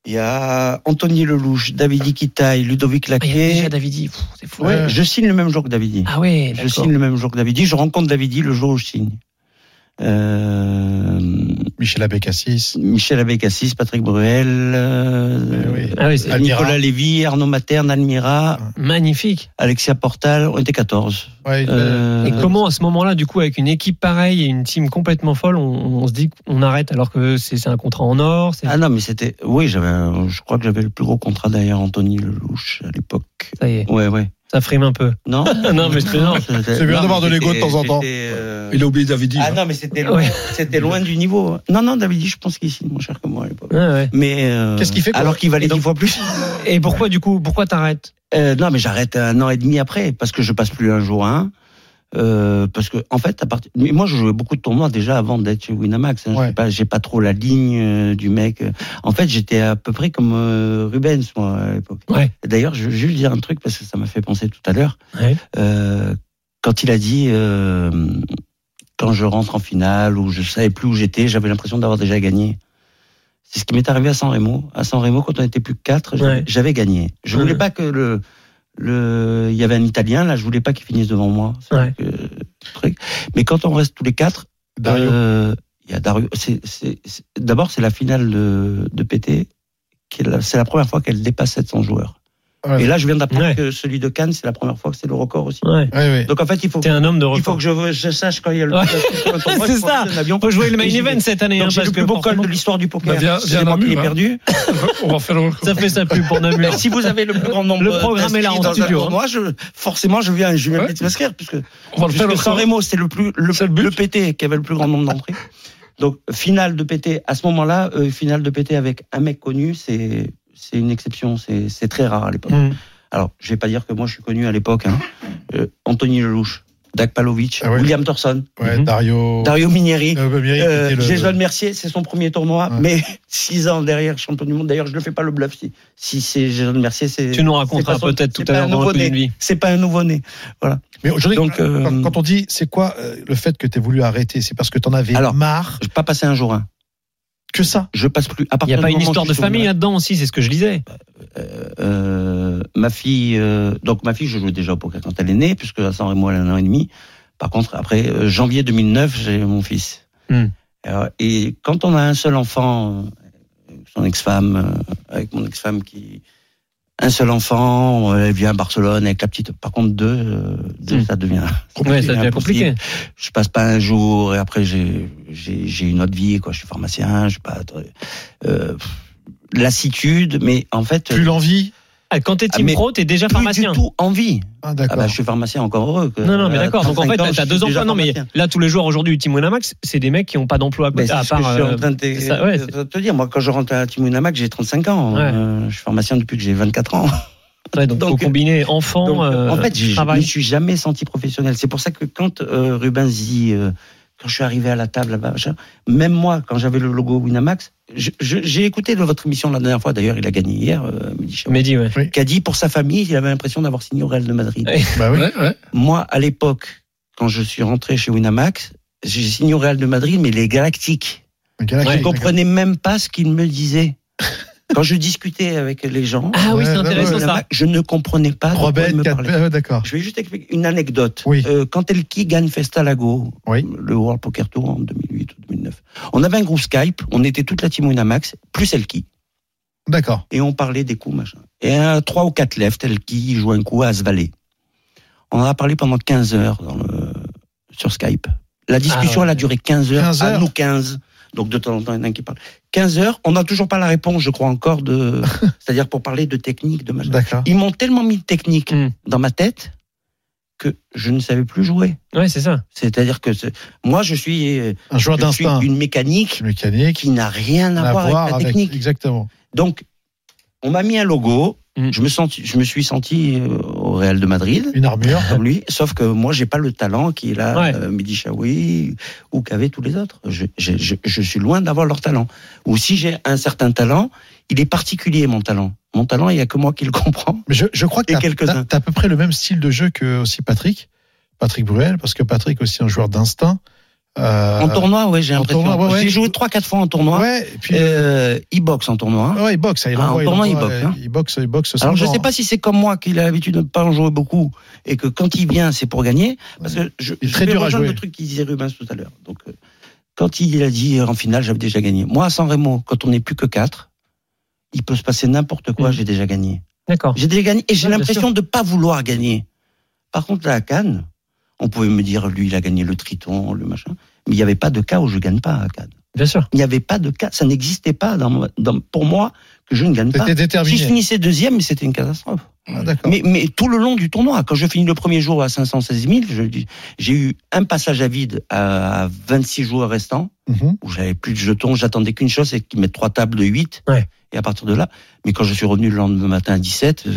Speaker 5: Il y a Anthony Lelouch, David Iquitaille, Ludovic
Speaker 3: Ah, il y avait
Speaker 5: Laquet.
Speaker 3: déjà Davidi. Pff, C'est fou.
Speaker 5: Ouais, je signe le même jour que Davidi.
Speaker 3: Ah ouais,
Speaker 5: je signe le même jour que Davidi. Je rencontre Davidi le jour où je signe. Euh,
Speaker 4: Michel Abécassis.
Speaker 5: Michel Abécassis, Patrick Bruel, euh,
Speaker 4: Eh oui.
Speaker 3: Ah oui, c'est
Speaker 4: Admira.
Speaker 5: Nicolas Lévy, Arnaud Materne, Almira,
Speaker 3: magnifique.
Speaker 5: Alexia Portal. On était 14.
Speaker 4: Ouais, il a-
Speaker 5: Euh,
Speaker 3: Eh ben, Et comment à ce moment-là, du coup, avec une équipe pareille et une team complètement folle, on, on se dit qu'on arrête alors que c'est c'est un contrat en or c'est-
Speaker 5: Ah non, mais c'était. Oui, j'avais. un- Je crois que j'avais le plus gros contrat derrière Anthony Lelouch à l'époque.
Speaker 3: Ça y est,
Speaker 5: Ouais, ouais.
Speaker 3: ça frime un peu.
Speaker 5: Non.
Speaker 3: Non, mais je plaisante.
Speaker 5: C'est
Speaker 4: bien d'avoir de l'ego de temps en temps.
Speaker 6: Il a oublié Davidi.
Speaker 5: Ah
Speaker 6: hein.
Speaker 5: non, mais c'était loin,
Speaker 3: Ouais.
Speaker 5: c'était loin du niveau. hein. Non, non, David, je pense qu'il signe moins cher que moi à l'époque.
Speaker 3: Ouais, ouais.
Speaker 5: Mais euh,
Speaker 4: Qu'est-ce qu'il fait, quoi
Speaker 5: alors qu'il valait dix fois plus
Speaker 3: Et pourquoi, du coup, pourquoi t'arrêtes
Speaker 5: Euh, Non, mais j'arrête un an et demi après parce que je passe plus un jour à un. Euh, parce que en fait, à partir, mais moi je jouais beaucoup de tournois déjà avant d'être chez Winamax. hein.
Speaker 4: Ouais.
Speaker 5: J'ai pas, j'ai pas trop la ligne euh, du mec. En fait, j'étais à peu près comme euh, Rubens moi à l'époque.
Speaker 3: Ouais.
Speaker 5: D'ailleurs, je je vais juste dire un truc parce que ça m'a fait penser tout à l'heure.
Speaker 3: Ouais.
Speaker 5: Euh, quand il a dit euh, quand je rentre en finale ou je savais plus où j'étais, j'avais l'impression d'avoir déjà gagné. C'est ce qui m'est arrivé à San Remo. À San Remo, quand on était plus que quatre, j'avais-
Speaker 3: Ouais.
Speaker 5: j'avais gagné. Je voulais
Speaker 3: Mhm.
Speaker 5: pas que le le il y avait un Italien là, je voulais pas qu'il finisse devant moi. C'est
Speaker 3: Ouais.
Speaker 5: que- truc. Mais quand on reste tous les quatre,
Speaker 4: Ah, Dario.
Speaker 5: euh, il y a Dario. C'est c'est- c'est- d'abord c'est la finale de de PT. qui est la- C'est la première fois qu'elle dépasse 700 joueurs.
Speaker 4: Ouais.
Speaker 5: Et là, je viens d'apprendre
Speaker 3: Ouais.
Speaker 5: que celui de Cannes, c'est la première fois que c'est le record aussi.
Speaker 3: Ouais.
Speaker 4: Ouais, ouais.
Speaker 5: Donc en fait, il faut
Speaker 3: T'es un homme de
Speaker 5: il faut
Speaker 3: record.
Speaker 5: que je, je sache quand il y a le.
Speaker 3: Ouais.
Speaker 5: quand moi,
Speaker 3: C'est
Speaker 5: je prends
Speaker 3: ça.
Speaker 5: un avion.
Speaker 3: Faut jouer le main
Speaker 5: Et j'y vais.
Speaker 3: event cette année, hein,
Speaker 5: Donc, j'ai
Speaker 3: parce
Speaker 5: le
Speaker 3: que
Speaker 5: plus beau col
Speaker 3: forcément,
Speaker 5: de l'histoire du poker.
Speaker 6: Bah, viens-
Speaker 5: C'est
Speaker 6: viens
Speaker 5: moi
Speaker 6: la
Speaker 5: qui l'ai
Speaker 6: mue, hein.
Speaker 5: perdu.
Speaker 6: On va faire le record.
Speaker 3: ça fait sa pub pour Namur.
Speaker 5: si vous avez le plus grand nombre
Speaker 3: Le programme est là en
Speaker 5: d'inscrits dans
Speaker 3: studio,
Speaker 5: un
Speaker 3: hein.
Speaker 5: tournoi, je, forcément, je viens, je vais
Speaker 6: Ouais.
Speaker 5: vite m'inscrire puisque,
Speaker 6: On va le faire
Speaker 5: puisque
Speaker 6: le
Speaker 5: San
Speaker 6: record.
Speaker 5: Remo, c'est le plus, le,
Speaker 6: C'est le but.
Speaker 5: le PT qui avait le plus grand nombre d'entrées. Donc, finale de PT. À ce moment-là, euh, finale de PT avec un mec connu, c'est, c'est une exception. C'est, c'est très rare à l'époque.
Speaker 3: Hmm.
Speaker 5: Alors, je vais pas dire que moi, je suis connu à l'époque, hein. Euh, Anthony Lelouch, Dag Palovic,
Speaker 4: Ah ouais.
Speaker 5: William Thorson,
Speaker 4: Ouais,
Speaker 3: Mhm.
Speaker 4: Dario.
Speaker 5: Dario Minieri.
Speaker 4: Euh, Miri,
Speaker 5: Euh,
Speaker 4: c'était le-
Speaker 5: Jason Mercier, c'est son premier tournoi,
Speaker 4: Ouais.
Speaker 5: mais six ans derrière champion du monde. D'ailleurs, je ne fais pas le bluff. Si, si c'est Jason Mercier, c'est
Speaker 3: Tu nous
Speaker 5: c'est
Speaker 3: raconteras
Speaker 5: pas son-
Speaker 3: peut-être tout
Speaker 5: c'est
Speaker 3: à
Speaker 5: pas
Speaker 3: l'heure
Speaker 5: un
Speaker 3: dans le coup
Speaker 5: nouveau-né.
Speaker 3: d'une vie.
Speaker 5: c'est pas un nouveau né.
Speaker 4: Mais aujourd'hui,
Speaker 5: Donc,
Speaker 4: quand-
Speaker 5: euh,
Speaker 4: quand on dit c'est quoi euh, le fait que tu voulu arrêter, c'est parce que tu en avais
Speaker 5: Alors-
Speaker 4: marre
Speaker 5: Je pas passé un jour un.
Speaker 4: que ça.
Speaker 5: Je passe plus.
Speaker 3: Il
Speaker 5: À
Speaker 3: n'y
Speaker 5: partir
Speaker 3: a
Speaker 5: du
Speaker 3: pas une
Speaker 5: moment où
Speaker 3: histoire
Speaker 5: je
Speaker 3: de
Speaker 5: suis sur
Speaker 3: famille
Speaker 5: le-
Speaker 3: là-dedans aussi, c'est ce que je lisais.
Speaker 5: Euh, ma fille, euh, donc ma fille, je jouais déjà au poker quand elle est née, puisque à San Remo elle a un an et demi. Par contre, après euh, janvier 2009, j'ai mon fils.
Speaker 3: Hmm.
Speaker 5: Alors, et quand on a un seul enfant, euh, son ex-femme, euh, avec mon ex-femme qui, un seul enfant, euh, elle vient à Barcelone avec la petite. Par contre, deux, euh, deux,
Speaker 3: Hmm.
Speaker 5: ça devient.
Speaker 3: Ouais, ça devient
Speaker 5: impossible.
Speaker 3: compliqué.
Speaker 5: Je passe pas un jour et après j'ai j'ai j'ai une autre vie quoi. Je suis pharmacien, je suis pas euh, pff, lassitude, mais en fait.
Speaker 4: Plus l'envie.
Speaker 3: Ah, quand t'es
Speaker 5: Ah,
Speaker 3: team
Speaker 5: mais
Speaker 3: pro, t'es déjà
Speaker 5: plus
Speaker 3: pharmacien.
Speaker 5: du tout envie.
Speaker 4: Ah,
Speaker 5: Ah
Speaker 4: d'accord.
Speaker 5: bah, je suis pharmacien encore heureux. que,
Speaker 3: Non, non, mais
Speaker 5: euh,
Speaker 3: d'accord. Donc en
Speaker 5: 35
Speaker 3: fait,
Speaker 5: ans, je
Speaker 3: t'as
Speaker 5: suis
Speaker 3: deux
Speaker 5: déjà
Speaker 3: emplois. Non, mais
Speaker 5: pharmacien.
Speaker 3: là, tous les joueurs aujourd'hui du Team Winamax, c'est des mecs qui n'ont pas d'emploi à côté,
Speaker 5: Mais c'est
Speaker 3: à
Speaker 5: ce
Speaker 3: part.
Speaker 5: que je suis
Speaker 3: euh,
Speaker 5: en train de te-
Speaker 3: c'est ça, ouais, c'est-
Speaker 5: de te dire. Moi, quand je rentre à Timunamac, j'ai 35 ans.
Speaker 3: Ouais.
Speaker 5: Euh, je suis pharmacien depuis que j'ai 24 ans.
Speaker 3: ouais, donc, faut
Speaker 5: donc,
Speaker 3: combiner enfant,
Speaker 5: Donc,
Speaker 3: euh,
Speaker 5: en fait, j'ai- je ne me
Speaker 3: travail.
Speaker 5: suis jamais senti professionnel. C'est pour ça que quand euh, Rubens dit, euh, quand je suis arrivé à la table là-bas, machin, même moi, quand j'avais le logo Winamax, je- je- j'ai écouté de votre émission la dernière fois. D'ailleurs, il a gagné hier, euh, Mehdi Chaoui,
Speaker 3: Mehdi, ouais.
Speaker 5: qui a dit pour sa famille, il avait l'impression d'avoir signé au Real de Madrid.
Speaker 3: Ouais.
Speaker 4: Bah oui.
Speaker 6: Ouais, ouais.
Speaker 5: Moi, à l'époque, quand je suis rentré chez Winamax, j'ai signé au Real de Madrid, mais les Galactiques.
Speaker 4: Un gars
Speaker 3: Ouais,
Speaker 5: Je
Speaker 4: qui-
Speaker 5: ne comprenais même pas ce qu'il me disait. Quand je discutais avec les gens,
Speaker 3: Ah oui,
Speaker 4: Ouais,
Speaker 3: c'est
Speaker 4: ouais,
Speaker 3: intéressant
Speaker 4: ouais.
Speaker 3: ça.
Speaker 5: je ne comprenais pas de
Speaker 4: Trois
Speaker 5: quoi il
Speaker 4: bêtes,
Speaker 5: me
Speaker 4: quatre
Speaker 5: parlait.
Speaker 4: bêtes. Ah, ouais, d'accord.
Speaker 5: Je vais juste expliquer une anecdote.
Speaker 4: Oui.
Speaker 5: Euh, quand Elki gagne Festa Lago,
Speaker 4: Oui.
Speaker 5: le World Poker Tour en 2008 ou 2009, on avait un groupe Skype, on était toute la team Winamax, plus Elki,
Speaker 4: D'accord.
Speaker 5: et on parlait des coups, machin. Et à trois ou quatre left, Elki joue un coup à Asvalet. On en a parlé pendant 15 heures dans le- sur Skype. La discussion,
Speaker 3: Ah ouais.
Speaker 5: elle a duré 15 heures,
Speaker 4: 15
Speaker 5: à
Speaker 4: heures.
Speaker 5: nous 15. Donc de temps en temps, il y en a un qui parle. 15 heures, on n'a toujours pas la réponse, je crois, encore de. C'est-à-dire pour parler de technique, de machin.
Speaker 4: D'accord.
Speaker 5: Ils m'ont tellement mis de technique
Speaker 3: Hmm.
Speaker 5: dans ma tête que je ne savais plus jouer.
Speaker 3: Ouais, c'est ça.
Speaker 5: C'est-à-dire que c'est- moi, je suis, euh,
Speaker 4: Un joueur
Speaker 5: je suis
Speaker 4: d'instinct
Speaker 5: une mécanique
Speaker 4: mécanique.
Speaker 5: qui n'a rien à,
Speaker 4: à
Speaker 5: voir
Speaker 4: voir
Speaker 5: avec la
Speaker 4: avec-
Speaker 5: technique.
Speaker 4: Exactement.
Speaker 5: Donc, on m'a mis un logo.
Speaker 3: Hmm.
Speaker 5: Je, me senti- je me suis senti euh, au Real de Madrid
Speaker 4: Une armure.
Speaker 5: comme lui, sauf que moi, j'ai pas le talent qui est là,
Speaker 3: Ouais.
Speaker 5: euh, Mehdi Chaoui, ou qu'avaient tous les autres. Je, je- je- je suis loin d'avoir leur talent. Ou si j'ai un certain talent, il est particulier, mon talent. Mon talent, il y a que moi qui le comprends.
Speaker 4: Mais je, je crois que
Speaker 5: Et
Speaker 4: t'as
Speaker 5: quelques-uns.
Speaker 4: t'as- t'as à peu près le même style de jeu que aussi Patrick. Patrick Bruel, parce que Patrick aussi un joueur d'instinct. Euh,
Speaker 5: En tournoi, ouais, j'ai
Speaker 4: en
Speaker 5: l'impression.
Speaker 4: tournoi, ouais, ouais.
Speaker 5: J'ai joué 3-4 fois en tournoi.
Speaker 4: ouais, et puis
Speaker 5: Euh, il boxe en tournoi.
Speaker 4: ouais, il boxe, hein, il
Speaker 5: Ah, en
Speaker 4: envoie, il
Speaker 5: tournoi, il
Speaker 4: envoie,
Speaker 5: boxe,
Speaker 4: euh,
Speaker 5: hein.
Speaker 4: il boxe, il boxe sans
Speaker 5: Alors je
Speaker 4: genre,
Speaker 5: sais
Speaker 4: hein.
Speaker 5: pas si c'est comme moi qu'il a l'habitude de ne pas en jouer beaucoup et que quand il vient c'est pour gagner parce que je,
Speaker 4: Il est
Speaker 5: je
Speaker 4: très
Speaker 5: vais
Speaker 4: dur à
Speaker 5: rejoindre
Speaker 4: jouer.
Speaker 5: le truc qu'il disait Rubens tout à l'heure. Donc euh, quand il a dit euh, en finale j'avais déjà gagné. Moi à San Remo quand on n'est plus que 4 il peut se passer n'importe quoi,
Speaker 4: Mm.
Speaker 5: j'ai déjà gagné.
Speaker 4: Oh.
Speaker 3: D'accord.
Speaker 5: J'ai déjà gagné et j'ai
Speaker 3: Ouais, bien
Speaker 5: l'impression de pas vouloir gagner. Par contre, à la Cannes, on pouvait me dire, lui, il a gagné le triton, le machin. Mais il n'y avait pas de cas où je gagne pas à Cannes.
Speaker 3: Bien sûr.
Speaker 5: Il n'y avait pas de cas, ça n'existait pas dans, ma- dans- pour moi que je ne gagne pas.
Speaker 4: T'étais
Speaker 5: Si je
Speaker 4: déterminé.
Speaker 5: finissais deuxième, c'était une catastrophe.
Speaker 4: Ah, D'accord.
Speaker 5: Mais, mais tout le long du tournoi, quand je finis le premier jour à 516 000, je dis- j'ai eu un passage à vide à 26 joueurs restants
Speaker 4: Mhm.
Speaker 5: où j'avais plus de jetons, j'attendais qu'une chose, c'est qu'ils mettent trois tables de 8.
Speaker 3: Ouais.
Speaker 5: Et à partir de là, mais quand je suis revenu le lendemain matin à 17, euh,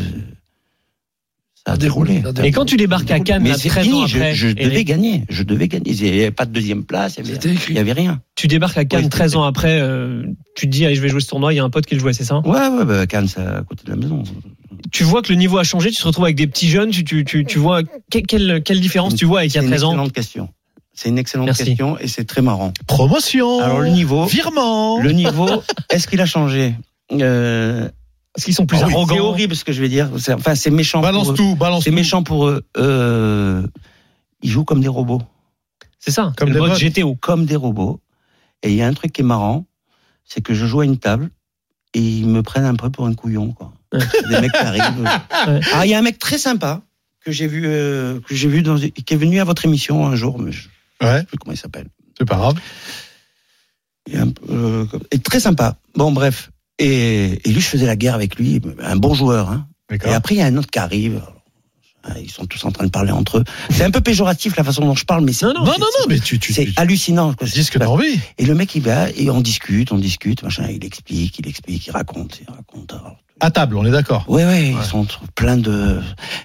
Speaker 5: ça a déroulé.
Speaker 6: Ça a
Speaker 3: Et
Speaker 6: déroulé.
Speaker 3: quand tu débarques à Cannes,
Speaker 5: mais
Speaker 3: là,
Speaker 5: c'est
Speaker 3: 13 ans
Speaker 5: fini,
Speaker 3: après,
Speaker 5: je, je
Speaker 3: Eric,
Speaker 5: devais gagner, je devais gagner. Il n'y avait pas de deuxième place, il n'y avait,
Speaker 6: C'était
Speaker 5: Eh
Speaker 6: écrit.
Speaker 5: il y avait rien.
Speaker 3: tu débarques à Cannes
Speaker 5: Oui,
Speaker 3: 13
Speaker 5: c'était-
Speaker 3: ans après, euh, tu te dis, allez, je vais jouer ce tournoi, il y a un pote qui le jouait, c'est ça
Speaker 5: Ouais, ouais, bah, Cannes, c'est à côté de la maison.
Speaker 3: Tu vois que le niveau a changé, tu te retrouves avec des petits jeunes, tu, tu, tu, tu vois, que- quelle, quelle différence tu vois avec il y a
Speaker 5: C'est une
Speaker 3: 13 ans
Speaker 5: excellente question. C'est une excellente
Speaker 3: Merci.
Speaker 5: question et c'est très marrant.
Speaker 4: Promotion.
Speaker 5: Alors le niveau,
Speaker 4: Virement.
Speaker 5: le niveau, est-ce qu'il a changé Euh,
Speaker 3: Parce qu'ils sont plus
Speaker 5: ah oui, C'est
Speaker 3: arrogants.
Speaker 5: horrible ce que je vais dire. C'est- Enfin, c'est méchant.
Speaker 4: Balance
Speaker 5: pour eux.
Speaker 4: tout, balance
Speaker 5: C'est
Speaker 4: tout.
Speaker 5: méchant pour eux. Euh, ils jouent comme des robots,
Speaker 3: C'est ça,
Speaker 4: Comme
Speaker 3: comme le
Speaker 4: des
Speaker 3: mode
Speaker 4: bots.
Speaker 3: GTO.
Speaker 5: comme des robots. Et il y a un truc qui est marrant, c'est que je joue à une table et ils me prennent un peu pour un couillon. Quoi.
Speaker 3: Ouais.
Speaker 5: C'est des mecs qui arrivent.
Speaker 3: Ouais.
Speaker 5: Ah, il y a un mec très sympa que j'ai vu, euh, que j'ai vu dans, qui est venu à votre émission un jour. Mais je ne
Speaker 4: Ouais,
Speaker 5: sais plus comment il s'appelle.
Speaker 4: c'est pas grave.
Speaker 5: Et, un- euh, et très sympa. Bon, bref. Et, et lui, je faisais la guerre avec lui. Un bon joueur. Hein. Et
Speaker 4: D'accord.
Speaker 5: après, il y a un autre qui arrive. Ah, Ils sont tous en train de parler entre eux. C'est un peu péjoratif la façon dont je parle, mais c'est
Speaker 3: Non,
Speaker 4: Non, non, non, mais tu, tu,
Speaker 5: c'est
Speaker 4: tu, tu
Speaker 5: hallucinant. quoi.
Speaker 4: dis ce que t'as envie.
Speaker 5: Et le mec, il va et on discute, on discute, machin. Il explique, il explique, il raconte, il raconte. Alors,
Speaker 4: À table, on est d'accord.
Speaker 5: Ouais, ouais,
Speaker 4: Ouais.
Speaker 5: ils sont plein de.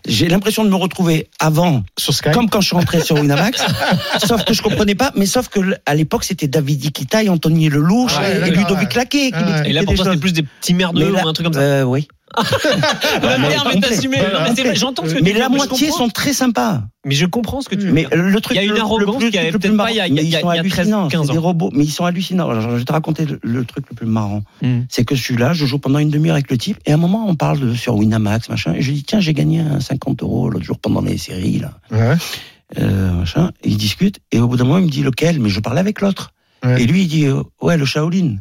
Speaker 5: J'ai l'impression de me retrouver avant,
Speaker 4: Sur Skype.
Speaker 5: comme quand je suis rentré sur Winamax, sauf que je comprenais pas, mais sauf que l- à l'époque c'était David Iquita et Anthony Lelouch
Speaker 4: Ah ouais,
Speaker 5: et
Speaker 4: d'accord, ouais.
Speaker 5: Ludovic Claquet qui
Speaker 4: Ah ouais.
Speaker 5: m'expliquaient
Speaker 3: Et là, pour
Speaker 5: des
Speaker 3: toi,
Speaker 5: choses.
Speaker 3: c'est plus des petits merdeux
Speaker 5: Mais là-
Speaker 3: ou un truc comme ça.
Speaker 5: Euh, oui.
Speaker 3: Le terme est
Speaker 5: complet.
Speaker 3: assumé. Non, mais c'est vrai, j'entends ce que tu
Speaker 5: Mais
Speaker 3: dis,
Speaker 5: la
Speaker 3: je
Speaker 5: moitié
Speaker 3: comprends.
Speaker 5: sont très sympas.
Speaker 3: Mais je comprends ce que tu veux
Speaker 5: Mais
Speaker 3: dire.
Speaker 5: le truc,
Speaker 3: Il y a une
Speaker 5: le- le
Speaker 3: arrogance
Speaker 5: plus-
Speaker 3: qu'il y avait
Speaker 5: le plus
Speaker 3: peut-être
Speaker 5: marrant-
Speaker 3: pas il y a- il y a-
Speaker 5: mais ils
Speaker 3: il y a
Speaker 5: sont
Speaker 3: 13,
Speaker 5: hallucinants,
Speaker 3: 15
Speaker 5: c'est des robots, mais ils sont hallucinants. Alors, je vais te raconter le, le truc le plus marrant.
Speaker 3: Mm.
Speaker 5: C'est que je suis là, je joue pendant une demi-heure avec le type, et à un moment, on parle de- sur Winamax, machin, et je dis, tiens, j'ai gagné un 50 euros l'autre jour pendant les séries, là.
Speaker 4: Ouais.
Speaker 5: Euh, machin, et ils discutent, et au bout d'un moment, il me dit lequel, mais je parlais avec l'autre.
Speaker 4: Ouais.
Speaker 5: Et lui, il dit, euh, ouais, le Shaolin.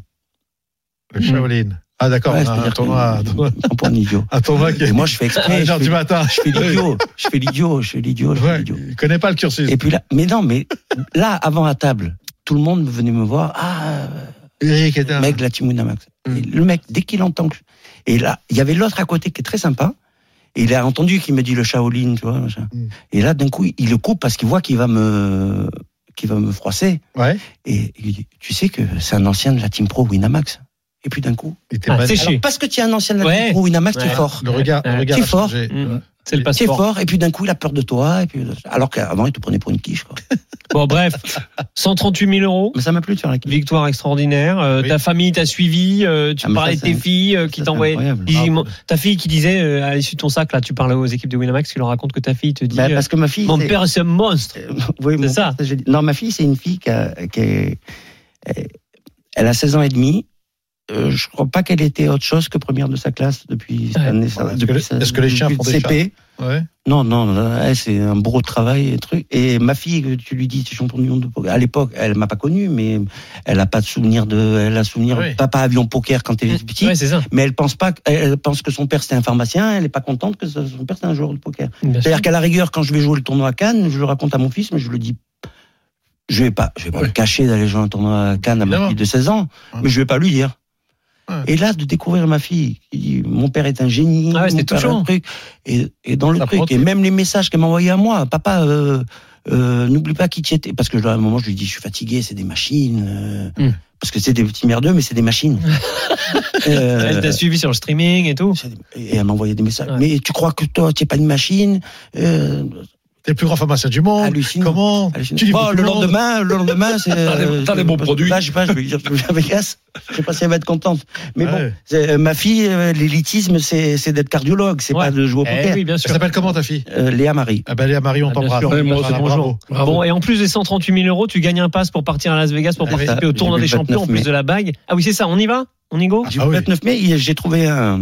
Speaker 4: Le Shaolin. Ah, d'accord.
Speaker 5: Mm. Ouais,
Speaker 4: on a un
Speaker 5: c'est-à-dire
Speaker 4: tournoi,
Speaker 5: que-
Speaker 4: un tournoi,
Speaker 5: Un point idiot.
Speaker 4: un tournoi qui
Speaker 5: Et
Speaker 4: est
Speaker 5: moi, je fais
Speaker 4: à
Speaker 5: exprès.
Speaker 4: 1
Speaker 5: Je
Speaker 3: Ah,
Speaker 4: heures
Speaker 5: fais
Speaker 4: du matin.
Speaker 5: je fais l'idiot, je fais l'idiot, je fais l'idiot, je fais
Speaker 4: Ouais,
Speaker 5: l'idiot.
Speaker 4: il connaît pas le cursus.
Speaker 5: Et puis là, mais non, mais là, avant à table, tout le monde venait me voir. Ah,
Speaker 4: Eric était un-
Speaker 5: mec, de la Team Winamax.
Speaker 4: Ah. Mm.
Speaker 5: Et Le mec, dès qu'il entend que. Et là, il y avait l'autre à côté qui est très sympa. Et il a entendu qu'il me dit le Shaolin, tu vois. machin.
Speaker 4: Mm.
Speaker 5: Et là, d'un coup, il le coupe parce qu'il voit qu'il va me, qu'il va me froisser.
Speaker 4: Ouais.
Speaker 5: Et il dit, tu sais que c'est un ancien de la Team Pro Winamax. Et puis d'un coup,
Speaker 4: Il était
Speaker 3: Ah,
Speaker 4: mal-
Speaker 3: C'est
Speaker 5: alors,
Speaker 3: chier.
Speaker 5: parce que tu es un ancien de la
Speaker 3: Ouais.
Speaker 5: Team Pro Winamax, tu
Speaker 3: Ouais.
Speaker 5: es fort.
Speaker 4: Le regard, le
Speaker 3: Ouais.
Speaker 4: regard
Speaker 5: C'est
Speaker 4: a
Speaker 5: fort.
Speaker 4: changé.
Speaker 3: Mm. C'est le
Speaker 5: Tu es
Speaker 3: passeport.
Speaker 5: euh, fort. Et puis d'un coup, il a peur de toi. Et puis, alors qu'avant, il te prenait pour une quiche. Quoi.
Speaker 3: Bon, bref, 138 000 euros.
Speaker 5: Mais ça m'a plu de faire la quiche.
Speaker 3: Victoire extraordinaire. Euh,
Speaker 4: Oui.
Speaker 3: Ta famille t'a suivi. euh, tu
Speaker 5: Ah, mais
Speaker 3: parlais
Speaker 5: ça,
Speaker 3: de tes
Speaker 5: c'est-
Speaker 3: filles euh, qui
Speaker 5: Ça, c'est
Speaker 3: t'envoyaient.
Speaker 5: incroyable.
Speaker 4: Ah,
Speaker 3: Ils- ils m'ont- Ta fille qui disait euh, à l'issue de ton sac, là, tu parles aux équipes de Winamax, tu leur racontes que ta fille te dit
Speaker 5: Bah,
Speaker 3: euh,
Speaker 5: parce que ma fille.
Speaker 3: Mon
Speaker 5: c'est-
Speaker 3: père, c'est un monstre.
Speaker 5: Euh, oui, mon
Speaker 3: C'est ça.
Speaker 5: père, je dis- Non, ma fille, c'est une fille qui, a- qui est- euh, Elle a 16 ans et demi. Euh, je crois pas qu'elle était autre chose que première de sa classe depuis. cette
Speaker 3: Ouais.
Speaker 5: année, ça-
Speaker 4: Est-ce que
Speaker 5: depuis
Speaker 4: les-
Speaker 5: sa-
Speaker 4: est-ce que les chiens
Speaker 5: depuis
Speaker 4: font
Speaker 5: le
Speaker 4: des
Speaker 5: CP.
Speaker 4: Ouais.
Speaker 5: Non, non, non, elle, c'est un gros travail et truc. Et ma fille, euh, tu lui dis, tu es champion du monde de poker. À l'époque, elle m'a pas connu, mais elle a pas de souvenir de, elle a souvenir
Speaker 4: Ah oui.
Speaker 5: de papa avion poker quand elle était petite.
Speaker 3: Mm, Ouais, c'est ça.
Speaker 5: Mais elle pense pas, que- elle pense que son père c'était un pharmacien. Elle est pas contente que son père c'est un joueur de poker.
Speaker 3: Bien sûr.
Speaker 5: C'est-à-dire qu'à la rigueur, quand je vais jouer le tournoi à Cannes, je le raconte à mon fils, mais je le dis. Je vais pas, je vais pas
Speaker 6: Ouais.
Speaker 5: le cacher d'aller jouer un tournoi à Cannes à ma
Speaker 4: Évidemment.
Speaker 5: fille de 16 ans,
Speaker 4: Ouais.
Speaker 5: mais je vais pas lui dire.
Speaker 4: Ouais.
Speaker 5: Et là, de découvrir ma fille, qui dit, mon père est un génie,
Speaker 3: Ah ouais,
Speaker 5: mon
Speaker 3: c'était
Speaker 5: père est
Speaker 3: touchant.
Speaker 5: un truc, et, et dans le
Speaker 4: Ça
Speaker 5: truc,
Speaker 4: protège.
Speaker 5: et même les messages qu'elle m'envoyait à moi, papa, euh, euh, n'oublie pas qui tu étais, parce que là, à un moment, je lui dis, je suis fatigué, c'est des machines, euh,
Speaker 3: Hum.
Speaker 5: parce que c'est des petits merdeux, mais c'est des machines. Euh,
Speaker 3: Elle t'a suivi sur le streaming et tout.
Speaker 5: et elle m'envoyait des messages.
Speaker 3: Ouais.
Speaker 5: Mais tu crois que toi, tu n'es pas une machine euh,
Speaker 4: T'es les plus grands pharmaciens du monde.
Speaker 5: Hallucinant.
Speaker 4: Comment
Speaker 3: Oh,
Speaker 5: Hallucinant.
Speaker 4: Tu dis
Speaker 5: Bon,
Speaker 4: beaucoup
Speaker 5: le
Speaker 4: de monde.
Speaker 5: lendemain, le lendemain, c'est.
Speaker 6: T'as les-
Speaker 5: euh,
Speaker 6: t'as les bons
Speaker 5: je-
Speaker 6: produits.
Speaker 5: Là, je sais pas, je vais dire, je vais à Vegas. Je sais pas si elle va être contente. Mais
Speaker 4: Ouais.
Speaker 5: bon, c'est- euh, ma fille, euh, l'élitisme, c'est c'est d'être cardiologue, c'est
Speaker 3: Ouais.
Speaker 5: pas de jouer au
Speaker 3: Eh
Speaker 5: poker.
Speaker 3: oui, bien sûr.
Speaker 4: Elle s'appelle comment ta fille
Speaker 5: Euh, Léa Marie.
Speaker 4: Ah bah Léa Marie, on
Speaker 3: Ah, bien
Speaker 4: t'embrasse.
Speaker 3: sûr.
Speaker 6: Ouais, moi,
Speaker 5: hein.
Speaker 4: Voilà,
Speaker 6: c'est
Speaker 3: bonjour.
Speaker 4: bravo.
Speaker 6: Bravo.
Speaker 3: Bon, et en plus des 138 000 euros, tu gagnes un pass pour partir à Las Vegas pour
Speaker 4: Ah oui,
Speaker 3: participer
Speaker 5: ça,
Speaker 3: au tournoi des
Speaker 5: j'ai vu le
Speaker 3: champions en
Speaker 5: 29
Speaker 3: plus
Speaker 5: mai.
Speaker 3: de la bague. Ah oui, c'est ça, on y va On y go
Speaker 5: Du
Speaker 4: Ah oui.
Speaker 5: 29 mai, il- j'ai trouvé un.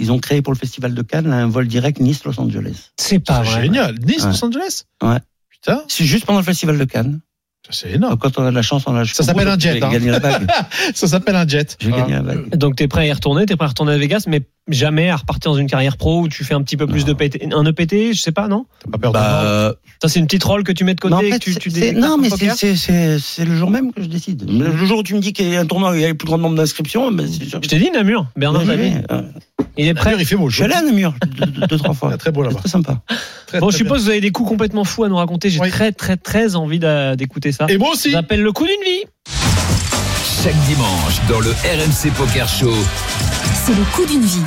Speaker 5: Ils ont créé pour le Festival de Cannes un vol direct Nice-Los Angeles.
Speaker 3: C'est pas
Speaker 4: C'est
Speaker 3: vrai.
Speaker 4: génial. Nice,
Speaker 5: Ouais.
Speaker 4: Los Angeles
Speaker 5: Ouais.
Speaker 4: Putain,
Speaker 5: C'est juste pendant le Festival de Cannes.
Speaker 4: ça, c'est énorme.
Speaker 5: Donc, quand on a de la chance, on a.
Speaker 4: Ah. Ça s'appelle un jet,
Speaker 5: J'ai
Speaker 4: hein. Ah.
Speaker 5: gagné la bague.
Speaker 4: Ça s'appelle un jet.
Speaker 5: J'ai gagné la bague.
Speaker 3: Donc t'es prêt à y retourner, t'es prêt à retourner à Vegas, mais jamais à repartir dans une carrière pro où tu fais un petit peu plus de
Speaker 5: Non.
Speaker 3: PT, un EPT, je sais pas, non
Speaker 4: T'as pas peur de
Speaker 5: Bah,
Speaker 4: mort.
Speaker 5: euh,
Speaker 3: Ça c'est une petite rôle que tu mets de côté
Speaker 5: mais en
Speaker 3: et
Speaker 5: fait,
Speaker 3: que tu,
Speaker 5: c'est-
Speaker 3: tu
Speaker 5: c'est-
Speaker 3: déclares
Speaker 5: non,
Speaker 3: ton
Speaker 5: mais c'est-
Speaker 3: poker
Speaker 5: c'est c'est- c'est le jour même que je décide.
Speaker 4: Mmh.
Speaker 5: Le le jour où tu me dis qu'il y a un tournoi où il y a le plus grand nombre d'inscriptions, ben, c'est sûr que
Speaker 3: Je t'ai dit Namur, Bernard
Speaker 5: j'y vais.
Speaker 3: Javi,
Speaker 5: Euh,
Speaker 3: il est prêt.
Speaker 4: D'ailleurs, il fait beau.
Speaker 5: Je suis allé à Namur deux, deux- deux, trois fois.
Speaker 4: C'est très beau
Speaker 5: C'est
Speaker 4: là-bas.
Speaker 5: très sympa.
Speaker 4: Très,
Speaker 3: Bon, je
Speaker 4: très bien.
Speaker 3: suppose que vous avez des coups complètement fous à nous raconter, j'ai
Speaker 4: Oui.
Speaker 3: très très très envie d'a- d'écouter ça.
Speaker 4: Et moi aussi.
Speaker 3: J'appelle le coup d'une vie
Speaker 2: Chaque dimanche dans le RMC Poker Show.
Speaker 1: C'est le coup d'une vie.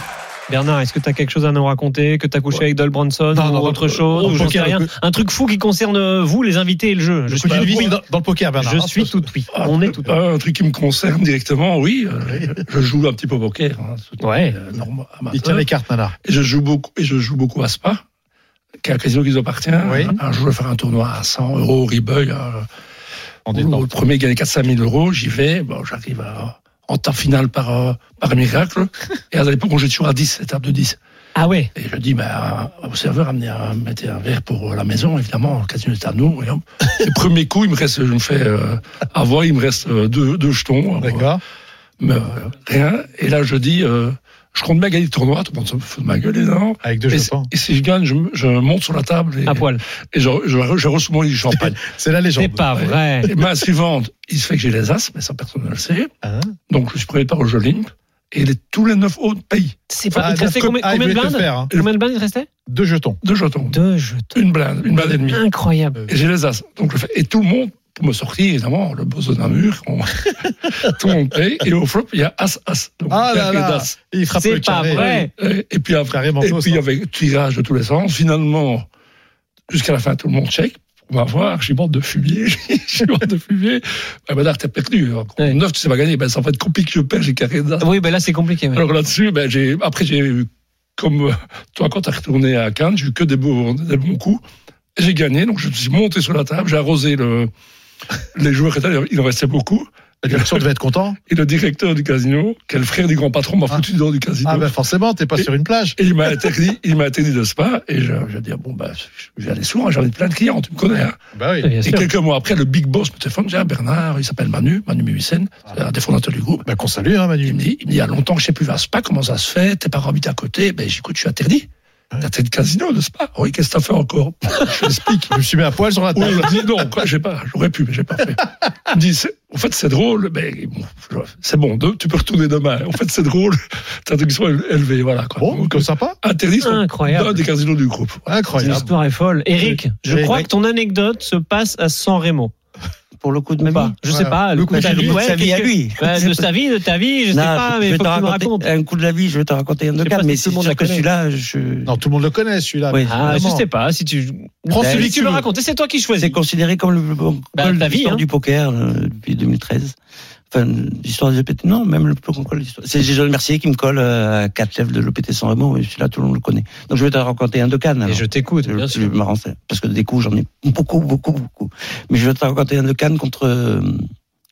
Speaker 3: Bernard, est-ce que t'as quelque chose à nous raconter Que t'as couché avec Dol Bronson
Speaker 4: Non,
Speaker 3: ou
Speaker 4: non,
Speaker 3: autre
Speaker 4: euh,
Speaker 3: chose
Speaker 4: au
Speaker 3: ou j'en sais
Speaker 4: poker,
Speaker 3: rien.
Speaker 4: le coup-
Speaker 3: Un truc fou qui concerne euh, vous, les invités et le jeu. Je
Speaker 4: Le
Speaker 3: suis
Speaker 4: coup
Speaker 3: tout
Speaker 4: d'une
Speaker 3: oui.
Speaker 4: vie dans, dans le poker, Bernard.
Speaker 3: Je
Speaker 4: hein,
Speaker 3: suis
Speaker 4: ce-
Speaker 3: tout oui. On est tout oui.
Speaker 6: Euh, un truc qui me concerne directement, oui. euh, Je joue un petit peu au poker. hein, ce-
Speaker 3: Ouais.
Speaker 6: euh, normal-
Speaker 4: Il tient
Speaker 3: Hein
Speaker 6: amateur.
Speaker 4: les cartes, Nana.
Speaker 6: Et je joue beaucoup, et je joue beaucoup à Spa, qui est un casino qui nous appartient.
Speaker 4: Oui.
Speaker 6: Un jour, je vais faire un tournoi à 100 euros au Ribeul. euh,
Speaker 4: En
Speaker 6: où
Speaker 4: détente.
Speaker 6: Le premier gagne 400 000 euros. J'y vais. Bon, j'arrive à- en temps final par, euh, par miracle. Et à l'époque, on jouait toujours à 10, étape de 10.
Speaker 3: Ah ouais.
Speaker 6: Et je dis bah, au serveur, amenez un, mettez un verre pour euh, la maison, évidemment, le casino est à nous. voyons. Le premier coup, il me reste, je me fais euh, avoir, il me reste euh, deux, deux jetons. euh,
Speaker 4: D'accord.
Speaker 6: mais, euh, rien. Et là, je dis, euh, je compte bien gagner le tournoi, tout le monde se fout de ma gueule, évidemment.
Speaker 4: Avec deux
Speaker 6: Et,
Speaker 4: jetons.
Speaker 6: et si je gagne, je, je monte sur la table et,
Speaker 3: À poil.
Speaker 6: et je, je, je reçois mon lit de champagne.
Speaker 4: C'est la légende.
Speaker 3: C'est pas
Speaker 6: ouais.
Speaker 3: vrai.
Speaker 6: et ma Eh ben, suivante, il se fait que j'ai les as, mais ça personne ne le sait.
Speaker 4: Hein
Speaker 6: Donc je suis premier par au jeu limp. Et les- tous les neuf autres pays.
Speaker 3: C'est
Speaker 4: Ah,
Speaker 3: pas. Il te restait
Speaker 4: d'accord.
Speaker 3: combien,
Speaker 4: Ah, il
Speaker 3: combien de
Speaker 4: voulait te le
Speaker 3: blindes
Speaker 4: faire, hein.
Speaker 3: Combien de blindes il te restait
Speaker 4: Deux jetons.
Speaker 6: Deux jetons.
Speaker 3: Deux jetons.
Speaker 6: Une blinde, une blinde et demie.
Speaker 3: Incroyable.
Speaker 5: Euh,
Speaker 6: Et j'ai les as. Donc, je fais- et tout le monde, pour me sortir, évidemment, le boss de Namur, on- tout le monde paye. Et au flop, il y a as, as. Donc,
Speaker 4: Ah
Speaker 6: il y
Speaker 4: là
Speaker 6: a les
Speaker 4: là.
Speaker 6: as.
Speaker 4: Il frappe
Speaker 3: C'est
Speaker 4: le
Speaker 3: pas
Speaker 4: carré.
Speaker 3: vrai.
Speaker 6: Et, et puis après,
Speaker 4: Carrément
Speaker 6: et
Speaker 4: fausse,
Speaker 6: puis il y
Speaker 4: hein.
Speaker 6: avait tirage de tous les sens. Finalement, jusqu'à la fin, tout le monde check. On va voir, j'y bande de fumier, j'y bande de fumier. Ben, Bernard, t'as perdu. En
Speaker 3: Ouais.
Speaker 6: 9, tu sais pas gagner. Ben, ça va être compliqué, je perds, j'ai carré d'as.
Speaker 3: Oui, ben là c'est compliqué. ouais.
Speaker 6: Alors là-dessus, ben, j'ai, après, j'ai eu, comme euh, toi, quand t'as retourné à Cannes, j'ai eu que des, beaux, des bons coups. Et J'ai gagné, donc je suis monté sur la table, j'ai arrosé le, les joueurs, qui étaient là, il en restait beaucoup.
Speaker 4: La direction devait être content.
Speaker 6: Et le directeur du casino, qui est le frère du grand patron, m'a
Speaker 4: Ah.
Speaker 6: foutu dehors du casino.
Speaker 3: ben.
Speaker 4: Ah, bah forcément, t'es pas
Speaker 6: Et-
Speaker 4: sur une plage.
Speaker 6: Et il m'a interdit, il m'a interdit de spa. Et je, je dis, ah bon, bah, je vais aller souvent, j'en ai plein de clients, tu me connais. hein.
Speaker 4: Bah oui.
Speaker 3: Bien
Speaker 6: Et
Speaker 3: sûr.
Speaker 6: quelques mois après, le big boss me téléphone, j'ai Bernard, il s'appelle Manu, Manu Mimicen,
Speaker 3: Ah.
Speaker 6: c'est un des fondateurs du groupe.
Speaker 4: Bah qu'on salue, hein,
Speaker 6: Il
Speaker 4: Manu.
Speaker 6: me dit, il me dit, il y a longtemps que je sais plus vers Spa, comment ça se fait, tes parents habitent à côté, ben j'écoute, je suis interdit. T'as tête casino de Spa Oui, qu'est-ce que t'as fait encore Je l'explique.
Speaker 4: Je me suis mis à poil sur la
Speaker 6: Oui,
Speaker 4: table.
Speaker 6: il me dit, non, quoi, j'ai pas, j'aurais pu, mais j'ai pas fait. Il me dit, c'est- en fait, c'est drôle, mais bon, je- c'est bon, de- tu peux retourner demain. En fait, c'est drôle, t'as des questions élevées, voilà. Quoi.
Speaker 4: Bon,
Speaker 6: Donc, euh,
Speaker 4: que sympa.
Speaker 6: interdit sur un
Speaker 3: Incroyable.
Speaker 6: des casinos du groupe.
Speaker 4: Incroyable.
Speaker 3: L'histoire est folle. Eric,
Speaker 5: Euh,
Speaker 3: je
Speaker 4: Eric.
Speaker 3: crois que ton anecdote se passe à San Remo.
Speaker 5: Pour le coup de
Speaker 3: Ou
Speaker 5: ma
Speaker 3: pas
Speaker 5: vie.
Speaker 3: Je sais
Speaker 4: Voilà.
Speaker 3: pas. Le coup de ta vie, ouais,
Speaker 5: sa vie
Speaker 3: qu'est-ce
Speaker 5: à
Speaker 3: que-
Speaker 5: lui.
Speaker 3: Ouais, de ta vie, de ta vie, je sais
Speaker 5: Non,
Speaker 3: pas, mais
Speaker 5: je
Speaker 3: faut
Speaker 5: vais
Speaker 3: que
Speaker 5: te
Speaker 3: tu me
Speaker 5: raconter
Speaker 3: racontes.
Speaker 5: un coup de la vie, je vais te raconter un
Speaker 3: Je
Speaker 5: de
Speaker 3: sais
Speaker 5: quatre,
Speaker 3: pas
Speaker 5: mais
Speaker 3: si tout
Speaker 5: c'est
Speaker 3: le monde la
Speaker 5: sûr que
Speaker 3: connaît.
Speaker 5: celui-là, je.
Speaker 4: Non, tout le monde le connaît, celui-là.
Speaker 5: Oui.
Speaker 3: Ah, je
Speaker 4: Vraiment.
Speaker 3: sais pas. Si tu prends
Speaker 4: Ben,
Speaker 3: celui
Speaker 4: si
Speaker 3: que tu veux
Speaker 4: vous-
Speaker 3: raconter, c'est toi qui choisis.
Speaker 5: C'est considéré comme le plus bon
Speaker 3: Bah,
Speaker 5: col
Speaker 3: ta
Speaker 5: de
Speaker 3: vie,
Speaker 5: l'histoire
Speaker 3: hein.
Speaker 5: du poker euh, depuis 2013. Enfin, l'histoire de l'EPT. Non, même le plus grand col de l'histoire. C'est Jason Mercier qui me colle euh, à quatre lèvres de l'EPT sans Raymond, et celui-là, tout le monde le connaît. Donc, je vais te raconter un de Cannes.
Speaker 3: Et
Speaker 5: alors.
Speaker 3: je t'écoute,
Speaker 5: Le
Speaker 3: bien
Speaker 5: plus
Speaker 3: sûr.
Speaker 5: marrant, c'est- parce que des coups, j'en ai beaucoup, beaucoup, beaucoup. Mais je vais te raconter un de Cannes contre euh,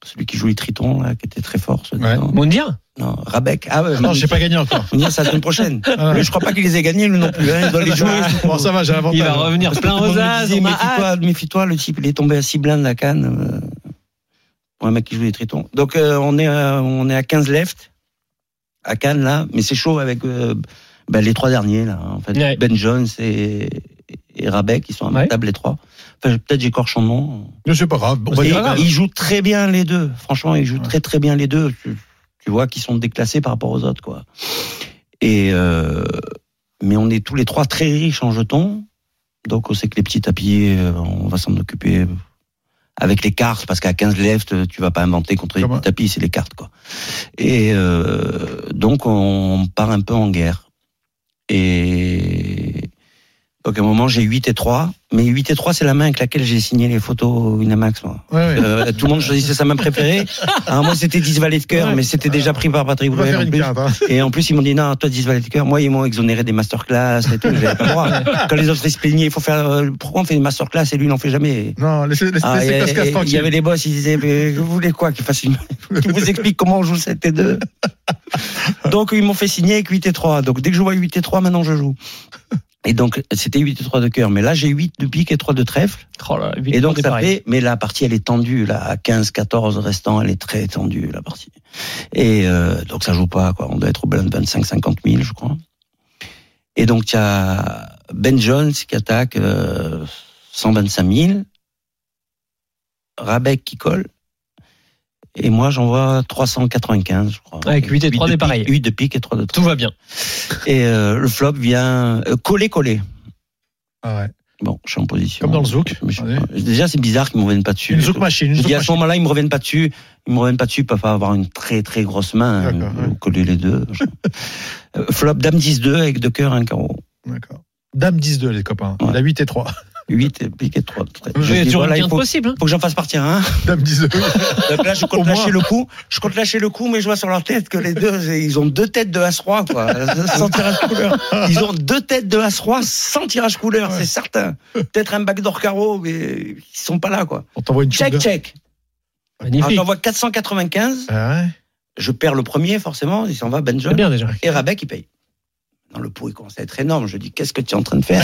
Speaker 5: celui qui joue les tritons, là, qui était très fort. ce
Speaker 4: Ouais.
Speaker 5: non,
Speaker 3: Mondir
Speaker 5: non, Rabec. Ah ouais,
Speaker 4: Non, j'ai pas gagné encore.
Speaker 5: on ira ça la semaine prochaine.
Speaker 4: Ah.
Speaker 5: Lui, je crois pas qu'il les ait gagnés, lui non plus. hein, il doit les jouer.
Speaker 4: Bon, ça va, j'ai l'avantage.
Speaker 3: Il va revenir plein
Speaker 5: Tout le monde
Speaker 3: aux
Speaker 5: me
Speaker 3: as.
Speaker 5: disait,
Speaker 3: on a hâte.
Speaker 5: Méfie-toi, méfie-toi, le type, il est tombé à 6 blindes la canne. euh, pour un mec qui joue les tritons. Donc, euh, on, est, à- on est à 15 left, à Cannes, là, mais c'est chaud avec euh, ben, les trois derniers, là, en fait.
Speaker 3: Ouais.
Speaker 5: Ben Jones et, et Rabeck, ils sont
Speaker 3: Ouais.
Speaker 5: imbattables, les trois. Enfin, peut-être j'écorche son nom.
Speaker 4: Mais c'est pas grave. On va
Speaker 5: Et
Speaker 4: dire grave.
Speaker 5: ils jouent très bien les deux. Franchement, ils jouent
Speaker 4: Ouais.
Speaker 5: très très bien les deux. Tu, tu vois qu'ils sont déclassés par rapport aux autres, quoi. Et euh, mais on est tous les trois très riches en jetons, donc on sait que les petits tapis, euh, on va s'en occuper avec les cartes, parce qu'à 15 left, tu vas pas inventer contre les
Speaker 4: Comment
Speaker 5: petits tapis, c'est les cartes, quoi. Et euh, donc on part un peu en guerre. Et Donc à un moment, j'ai 8 et 3. Mais 8 et 3, c'est la main avec laquelle j'ai signé les photos Winamax, moi.
Speaker 4: Ouais, ouais.
Speaker 5: Euh, tout le monde choisissait sa main préférée. Hein, moi, c'était 10 valets de cœur,
Speaker 4: Ouais.
Speaker 5: mais c'était déjà pris par Patrick
Speaker 4: On va
Speaker 5: Bruel,
Speaker 4: faire
Speaker 5: en
Speaker 4: une
Speaker 5: plus.
Speaker 4: carte. hein.
Speaker 5: Et en plus, ils m'ont dit, non, toi, 10 valets de cœur. Moi, ils m'ont exonéré des masterclass et tout. J'avais pas le droit. Quand les autres, ils se plaignaient, il faut faire, euh, pourquoi on fait une masterclass et lui, il n'en fait jamais?
Speaker 4: Non, laissez, laissez,
Speaker 5: Ah,
Speaker 4: laissez
Speaker 5: et-
Speaker 4: Pascal
Speaker 5: et- il
Speaker 4: tranquille.
Speaker 5: y avait les boss, ils disaient, mais vous voulez quoi qu'il fasse une... Qui vous explique comment on joue 7 et 2. Donc, ils m'ont fait signer avec 8 et 3. Donc, dès que je vois 8 et 3, maintenant, je joue. Et donc, c'était 8 et 3 de cœur. Mais là, j'ai 8 de pique et 3 de trèfle.
Speaker 3: Oh là, vite
Speaker 5: Et donc,
Speaker 3: porté
Speaker 5: ça
Speaker 3: pareil.
Speaker 5: fait, mais la partie, elle est tendue, là. À 15, 14 restants, elle est très tendue, la partie. Et, euh, donc, ça joue pas, quoi. On doit être au blanc de 25, 50 000, je crois. Et donc, il y a Ben Jones qui attaque, euh, 125 000. Rabeck qui colle. Et moi, j'envoie 395, je crois.
Speaker 3: Avec huit et trois
Speaker 5: de
Speaker 3: des
Speaker 5: pique-
Speaker 3: pareils.
Speaker 5: huit de pique et 3 de
Speaker 3: Tout
Speaker 5: trou.
Speaker 3: va bien.
Speaker 5: Et, euh, le flop vient, euh, coller, coller.
Speaker 4: Ah ouais.
Speaker 5: Bon, je suis en position.
Speaker 4: Comme dans le zouk.
Speaker 5: Mais je-
Speaker 4: Allez.
Speaker 5: Déjà, c'est bizarre qu'ils ne me reviennent pas dessus.
Speaker 4: Une zouk machine. Une
Speaker 5: Je
Speaker 4: zouk
Speaker 5: dis à
Speaker 4: machine.
Speaker 5: ce moment-là, ils me reviennent pas dessus. Ils me reviennent pas dessus, ils peuvent pas avoir une très très grosse main. hein,
Speaker 4: D'accord, ouais.
Speaker 5: ou Coller les deux. Euh, Flop dame 10-2 avec deux cœurs, un carreau.
Speaker 4: D'accord. Dame 10-2, les copains.
Speaker 5: Ouais.
Speaker 4: Il a 8 et 3.
Speaker 5: 8 et piquet 3.
Speaker 3: Il y a toujours le
Speaker 5: il
Speaker 3: quinte
Speaker 5: faut, Ah,
Speaker 3: possible. hein.
Speaker 5: faut que j'en fasse partir un.
Speaker 4: Dame 10-2.
Speaker 5: Donc là, je
Speaker 4: Au
Speaker 5: compte
Speaker 4: moins.
Speaker 5: lâcher le coup. Je compte lâcher le coup, mais je vois sur leur tête que les deux, ils ont deux têtes de As-Roi, quoi. Sans tirage couleur. Ils ont deux têtes de As-Roi sans tirage couleur, c'est certain. Peut-être un backdoor carreau, mais ils sont pas là, quoi.
Speaker 4: On t'envoie une
Speaker 5: Check,
Speaker 4: chouga.
Speaker 5: check. Alors,
Speaker 3: Magnifique.
Speaker 5: j'envoie 495.
Speaker 4: Ah ouais.
Speaker 5: Je perds le premier, forcément. Il s'en va, Ben Benjo.
Speaker 3: C'est bien déjà.
Speaker 5: Et Rabeck, il paye. Dans le pot, il commence à être énorme. Je dis, qu'est-ce que tu es en train de faire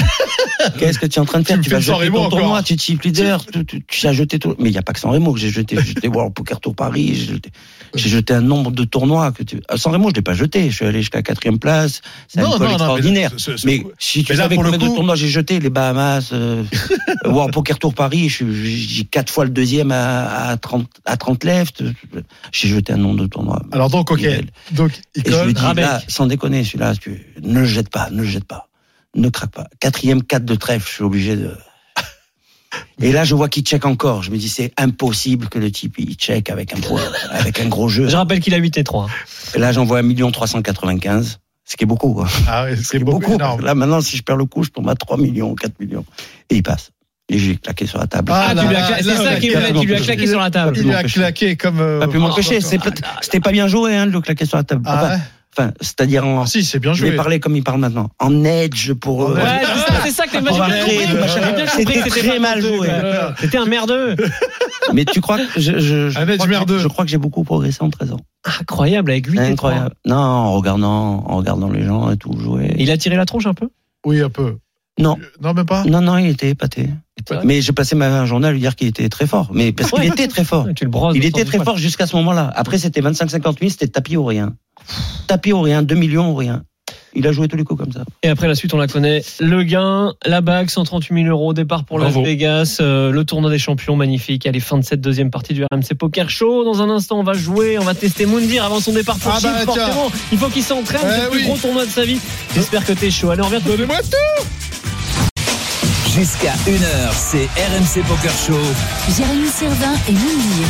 Speaker 5: Qu'est-ce que tu es en train de faire
Speaker 4: Tu me fais
Speaker 5: vas
Speaker 4: le San
Speaker 5: jeter
Speaker 4: Remo
Speaker 5: ton
Speaker 4: encore.
Speaker 5: tournoi, tu es chip leader, tu, tu- tu as jeté tout. Mais il n'y a pas que San Remo que j'ai jeté. J'ai jeté World Poker Tour Paris, j'ai jeté, j'ai jeté un nombre de tournois. Que tu... À San Remo, je ne l'ai pas jeté. Je suis allé jusqu'à quatrième place. C'est un col extraordinaire.
Speaker 4: mais ce- ce-
Speaker 5: Mais si tu
Speaker 4: Mais là,
Speaker 5: savais
Speaker 4: pour le
Speaker 5: combien de
Speaker 4: coup-
Speaker 5: tournois j'ai jeté, les Bahamas, euh, World Poker Tour Paris, je- je- j'ai quatre fois le deuxième à, à 30, à 30 left. J'ai jeté un nombre de tournois.
Speaker 4: Alors donc, ok.
Speaker 5: Nickel.
Speaker 4: Donc, il
Speaker 5: Et je
Speaker 4: colle.
Speaker 5: lui dis,
Speaker 3: Rabeck.
Speaker 5: là, sans déconner, celui-là, tu, ne le jette pas, ne le jette pas, ne craque pas. Quatrième 4 de trèfle, je suis obligé de. Et là, je vois qu'il check encore. Je me dis, c'est impossible que le type il check avec un gros, avec un gros jeu.
Speaker 3: Je rappelle qu'il a 8 et 3.
Speaker 5: Et là, j'envoie 1 395 ce qui est beaucoup. Quoi.
Speaker 4: Ah ouais, c'est
Speaker 5: C'est
Speaker 4: beaucoup,
Speaker 5: beaucoup.
Speaker 4: énorme.
Speaker 5: Là, maintenant, si je perds le coup, je tombe à 3 millions, 4 millions. Et il passe. Et j'ai claqué sur la table.
Speaker 4: Ah,
Speaker 3: Ah,
Speaker 4: là,
Speaker 3: tu lui
Speaker 4: là,
Speaker 3: as cla-
Speaker 4: là,
Speaker 3: c'est ça
Speaker 4: là,
Speaker 3: qui
Speaker 4: là,
Speaker 3: est tu lui as
Speaker 4: là,
Speaker 3: claqué
Speaker 4: là,
Speaker 3: sur la table.
Speaker 4: Il
Speaker 5: m'en
Speaker 4: a
Speaker 5: pêcher.
Speaker 4: claqué comme. euh,
Speaker 5: pas pu m'empêcher.
Speaker 4: Vincent,
Speaker 5: c'est
Speaker 4: quoi.
Speaker 5: peut- C'était pas bien joué, hein, de le claquer sur la table.
Speaker 4: Ah
Speaker 5: Enfin,
Speaker 4: ouais.
Speaker 5: enfin, c'est-à-dire en,
Speaker 4: Ah si, c'est bien
Speaker 5: Je vais
Speaker 4: joué.
Speaker 5: parler comme il parle maintenant. En edge pour eux.
Speaker 3: Ouais, c'est ça, c'est ça que les
Speaker 5: On va créer
Speaker 3: j'ai
Speaker 5: le
Speaker 3: bien compris, j'ai bien
Speaker 5: machin.
Speaker 3: compris que
Speaker 5: C'était
Speaker 3: c'était
Speaker 5: très
Speaker 3: pas euh,
Speaker 5: mal
Speaker 3: ton
Speaker 5: joué.
Speaker 3: truc,
Speaker 4: Euh,
Speaker 3: ouais. C'était un merdeux.
Speaker 5: Mais tu crois que je, je, je
Speaker 4: Un edge
Speaker 5: crois,
Speaker 4: merdeux.
Speaker 5: que, je crois que j'ai beaucoup progressé en 13 ans.
Speaker 3: Incroyable avec 8 et 3.
Speaker 5: Incroyable. Non, en regardant, en regardant les gens et tout jouer.
Speaker 3: Il a tiré la tronche un peu
Speaker 4: Oui, un peu.
Speaker 5: Non.
Speaker 4: Non, même pas.
Speaker 5: Non, non, il était épaté. Mais j'ai passé ma journée à lui dire qu'il était très fort. Mais parce qu'il
Speaker 3: Ouais.
Speaker 5: était très fort.
Speaker 3: Tu le broses.
Speaker 5: Il
Speaker 3: dans
Speaker 5: était
Speaker 3: le sens
Speaker 5: très
Speaker 3: du poil.
Speaker 5: fort jusqu'à ce moment-là. Après, c'était 25-50 000, c'était tapis ou rien. Tapis ou rien, 2 millions ou rien. Il a joué tous les coups comme ça.
Speaker 3: Et après la suite, on la connaît. Le gain, la bague, 138 000 euros, départ pour Las
Speaker 6: Bravo.
Speaker 3: Vegas, euh, le tournoi des champions, magnifique. Allez, fin de cette deuxième partie du RMC Poker Show. Dans un instant, on va jouer, on va tester Moundir avant son départ pour
Speaker 4: Ah
Speaker 3: Chypre,
Speaker 4: bah, tiens.
Speaker 3: forcément. Il faut qu'il s'entraîne,
Speaker 4: Eh
Speaker 3: c'est le plus
Speaker 4: oui.
Speaker 3: gros tournoi de sa vie. J'espère que t'es chaud. Allez, on revient tout de suite.
Speaker 4: Donnez-moi tout.
Speaker 2: Jusqu'à 1h, c'est RMC Poker Show.
Speaker 1: Jérémy Servin et Moundir.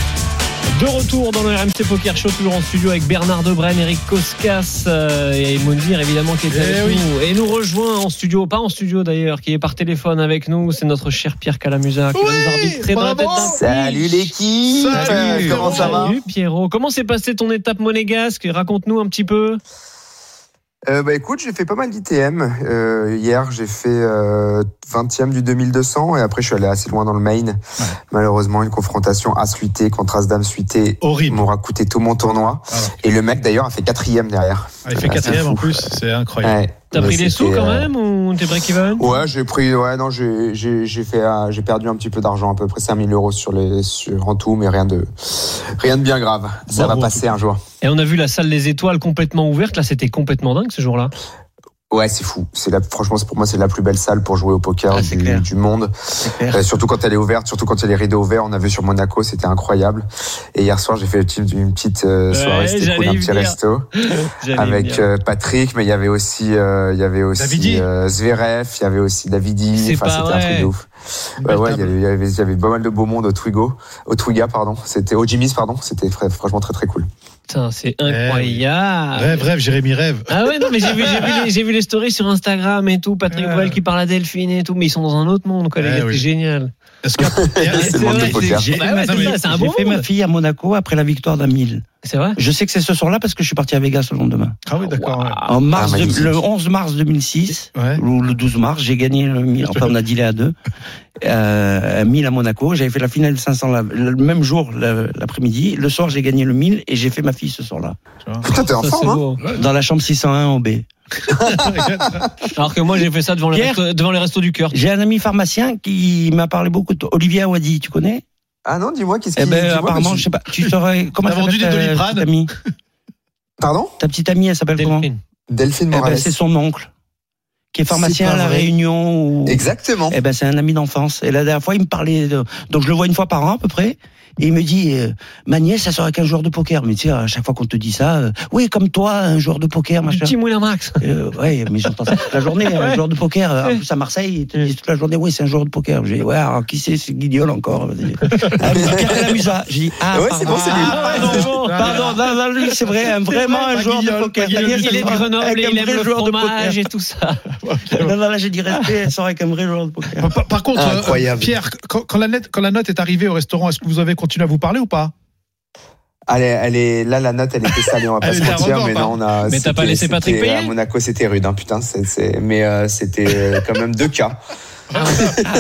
Speaker 3: De retour dans le RMC Poker Show, toujours en studio avec Bernard Debrenne, Eric Koskas euh, et Moundir évidemment qui est
Speaker 4: Eh
Speaker 3: avec
Speaker 4: oui.
Speaker 3: nous. Et nous rejoint en studio, pas en studio d'ailleurs, qui est par téléphone avec nous, c'est notre cher Pierre Calamusa qui va nous arbitrer dans la tête
Speaker 4: bravo.
Speaker 3: d'un
Speaker 8: Salut l'équipe
Speaker 4: Salut,
Speaker 8: Comment ça va
Speaker 3: Salut Pierrot, comment s'est passée ton étape monégasque Raconte-nous un petit peu.
Speaker 8: Euh, bah, Écoute, j'ai fait pas mal d'ITM. Euh, hier, j'ai fait euh, 20e du 2200 et après, je suis allé assez loin dans le main. Malheureusement, une confrontation à suité contre As-Dame suité
Speaker 4: Horrible.
Speaker 8: m'aura coûté tout mon tournoi.
Speaker 4: Ah ouais.
Speaker 8: Et le mec, d'ailleurs, a fait quatrième derrière.
Speaker 4: Ah, il fait
Speaker 8: Ah, c'est
Speaker 4: quatrième
Speaker 8: fou.
Speaker 4: en plus. C'est incroyable.
Speaker 8: Ouais.
Speaker 3: T'as
Speaker 8: Mais
Speaker 3: pris des sous
Speaker 8: c'était,
Speaker 3: quand
Speaker 8: euh,
Speaker 3: même ou t'es break-even
Speaker 8: Ouais, j'ai pris, ouais, non, j'ai, j'ai, j'ai fait, euh, j'ai perdu un petit peu d'argent, à peu près 5000 euros sur les, sur, en tout, mais rien de, rien de bien grave. Ça
Speaker 4: Bravo,
Speaker 8: va passer un jour.
Speaker 3: Et on a vu la salle des étoiles complètement ouverte, là c'était complètement dingue ce jour-là.
Speaker 8: Ouais, c'est fou. C'est la, franchement, c'est- pour moi, c'est la plus belle salle pour jouer au poker
Speaker 5: Ah, c'est
Speaker 8: du,
Speaker 5: clair.
Speaker 8: du monde. Euh, surtout quand elle est ouverte, surtout quand il y a les rideaux ouverts. On a vu sur Monaco, c'était incroyable. Et hier soir, j'ai fait une petite, une petite euh, soirée,
Speaker 3: Ouais,
Speaker 8: c'était
Speaker 3: j'allais
Speaker 8: cool, un
Speaker 3: y
Speaker 8: petit
Speaker 3: venir.
Speaker 8: resto
Speaker 3: J'allais y
Speaker 8: avec
Speaker 3: venir.
Speaker 8: euh, Patrick, mais il y avait aussi, euh, il y avait aussi
Speaker 4: Davidi.
Speaker 8: euh, Zverev, il y avait aussi Davidi.
Speaker 3: C'est
Speaker 8: Enfin,
Speaker 3: pas
Speaker 8: c'était un truc
Speaker 3: vrai.
Speaker 8: de ouf. Bah ouais, il y avait- il y avait, il y avait pas mal de beau monde au Twigo, au Twiga, pardon. C'était au Jimmy's, pardon. C'était fr- franchement très très cool.
Speaker 3: Putain, c'est
Speaker 4: Eh oui.
Speaker 3: incroyable.
Speaker 4: Rêve, rêve, Jérémy, rêve.
Speaker 3: Ah ouais, non, mais j'ai vu, j'ai vu les- j'ai vu les stories sur Instagram et tout, Patrick
Speaker 6: Euh.
Speaker 3: Bruel qui parle à Delphine et tout, mais ils sont dans un autre monde,
Speaker 5: Eh
Speaker 3: quoi, les
Speaker 4: Ah
Speaker 3: gars,
Speaker 4: oui.
Speaker 3: c'est génial.
Speaker 4: Est-ce que-
Speaker 8: C'est le monde du poker.
Speaker 4: J'ai-
Speaker 3: Bah ouais,
Speaker 4: non,
Speaker 3: c'est
Speaker 4: mais-
Speaker 3: ça, c'est un
Speaker 5: J'ai
Speaker 3: bon
Speaker 5: fait ma
Speaker 3: monde.
Speaker 5: fille à Monaco après la victoire d'un 1000.
Speaker 3: C'est vrai
Speaker 5: Je sais que c'est ce soir-là parce que je suis parti à Vegas le lendemain.
Speaker 4: Ah oui, d'accord. ouais.
Speaker 5: En mars
Speaker 8: Ah,
Speaker 5: de-
Speaker 8: magnifique.
Speaker 5: le 11 mars 2006,
Speaker 4: Ouais.
Speaker 5: ou le 12 mars, j'ai gagné le 1000. Enfin, on a dealé à deux. Euh, à 1000 à Monaco. J'avais fait la finale de 500 la- le même jour, le- l'après-midi. Le soir, j'ai gagné le 1000 et j'ai fait ma fille ce soir-là.
Speaker 8: Putain, t'es en
Speaker 3: Ça, c'est
Speaker 8: forme, hein
Speaker 3: beau.
Speaker 5: Dans la chambre 601 en B.
Speaker 3: Alors que moi, j'ai fait ça devant les,
Speaker 5: Pierre
Speaker 3: restos, devant les restos du cœur.
Speaker 5: J'ai un ami pharmacien qui m'a parlé beaucoup. de- Olivier Awadi, tu connais
Speaker 8: Ah non, dis-moi, qu'est-ce
Speaker 5: Eh
Speaker 8: qu'il
Speaker 5: ben,
Speaker 8: dis-moi,
Speaker 5: apparemment, je
Speaker 8: parce que-
Speaker 5: sais pas. Tu saurais comment
Speaker 4: T'as
Speaker 5: elle
Speaker 4: vendu
Speaker 5: s'appelle
Speaker 4: des
Speaker 5: ta
Speaker 4: Doliprane
Speaker 5: petite amie
Speaker 8: Pardon
Speaker 5: Ta petite amie, elle s'appelle comment
Speaker 3: Delphine.
Speaker 8: Delphine
Speaker 5: Eh
Speaker 8: Morales.
Speaker 5: ben, c'est son oncle qui est
Speaker 8: C'est
Speaker 5: pharmacien
Speaker 8: pas
Speaker 5: à la
Speaker 8: vrai.
Speaker 5: Réunion. Ou...
Speaker 8: Exactement.
Speaker 5: Eh ben, c'est un ami d'enfance. Et la dernière fois, il me parlait. De... Donc, je le vois une fois par an à peu près. Et il me dit, euh, ma nièce, ça sera qu'un joueur de poker. Mais tu sais, à chaque fois qu'on te dit ça, euh, oui, comme toi, un joueur de poker,
Speaker 3: Du
Speaker 5: machin.
Speaker 3: petit moulin Max.
Speaker 5: Euh, ouais, mais j'entends ça toute la journée. hein, Un joueur de poker, euh, en plus à Marseille, ils te disent toute la journée, oui, c'est un joueur de poker. J'ai dit, ouais, alors, qui c'est ce guignol encore Vas-y. Ah, mais c'est Pierre Lamusa. J'ai dit, ah,
Speaker 8: Ouais, c'est
Speaker 5: pardon.
Speaker 8: bon, c'est lui.
Speaker 5: Ah, pardon, pardon, non, non, lui, c'est vrai, un- vraiment un
Speaker 4: Pas
Speaker 5: joueur de
Speaker 4: Guignol,
Speaker 5: poker.
Speaker 4: pas Guignol,
Speaker 5: C'est-à-dire,
Speaker 3: Il est de
Speaker 5: vraiment
Speaker 3: Grenoble et
Speaker 5: avec
Speaker 3: il
Speaker 5: un
Speaker 3: aime
Speaker 5: vrai
Speaker 3: le
Speaker 5: joueur de poker.
Speaker 3: fromage et tout ça.
Speaker 5: Non, non, là, j'ai dit respect, elle sort avec un vrai joueur de poker.
Speaker 4: Par, par contre,
Speaker 8: Ah,
Speaker 4: euh,
Speaker 8: incroyable.
Speaker 4: Pierre, quand, quand la note, quand la note est arrivée au restaurant, est-ce que vous avez continué à vous parler ou pas
Speaker 8: Elle est, elle est, là, la note, elle était salée, on va pas
Speaker 4: Elle
Speaker 8: se
Speaker 4: était
Speaker 8: mentir,
Speaker 4: arrogante,
Speaker 8: mais non, on a.
Speaker 3: Mais t'as pas
Speaker 8: c'était-
Speaker 3: laissé Patrick
Speaker 8: c'était-
Speaker 3: payer
Speaker 8: À Monaco, c'était rude, hein, putain, c'est, c'est- mais euh, c'était quand même deux cas. Ah,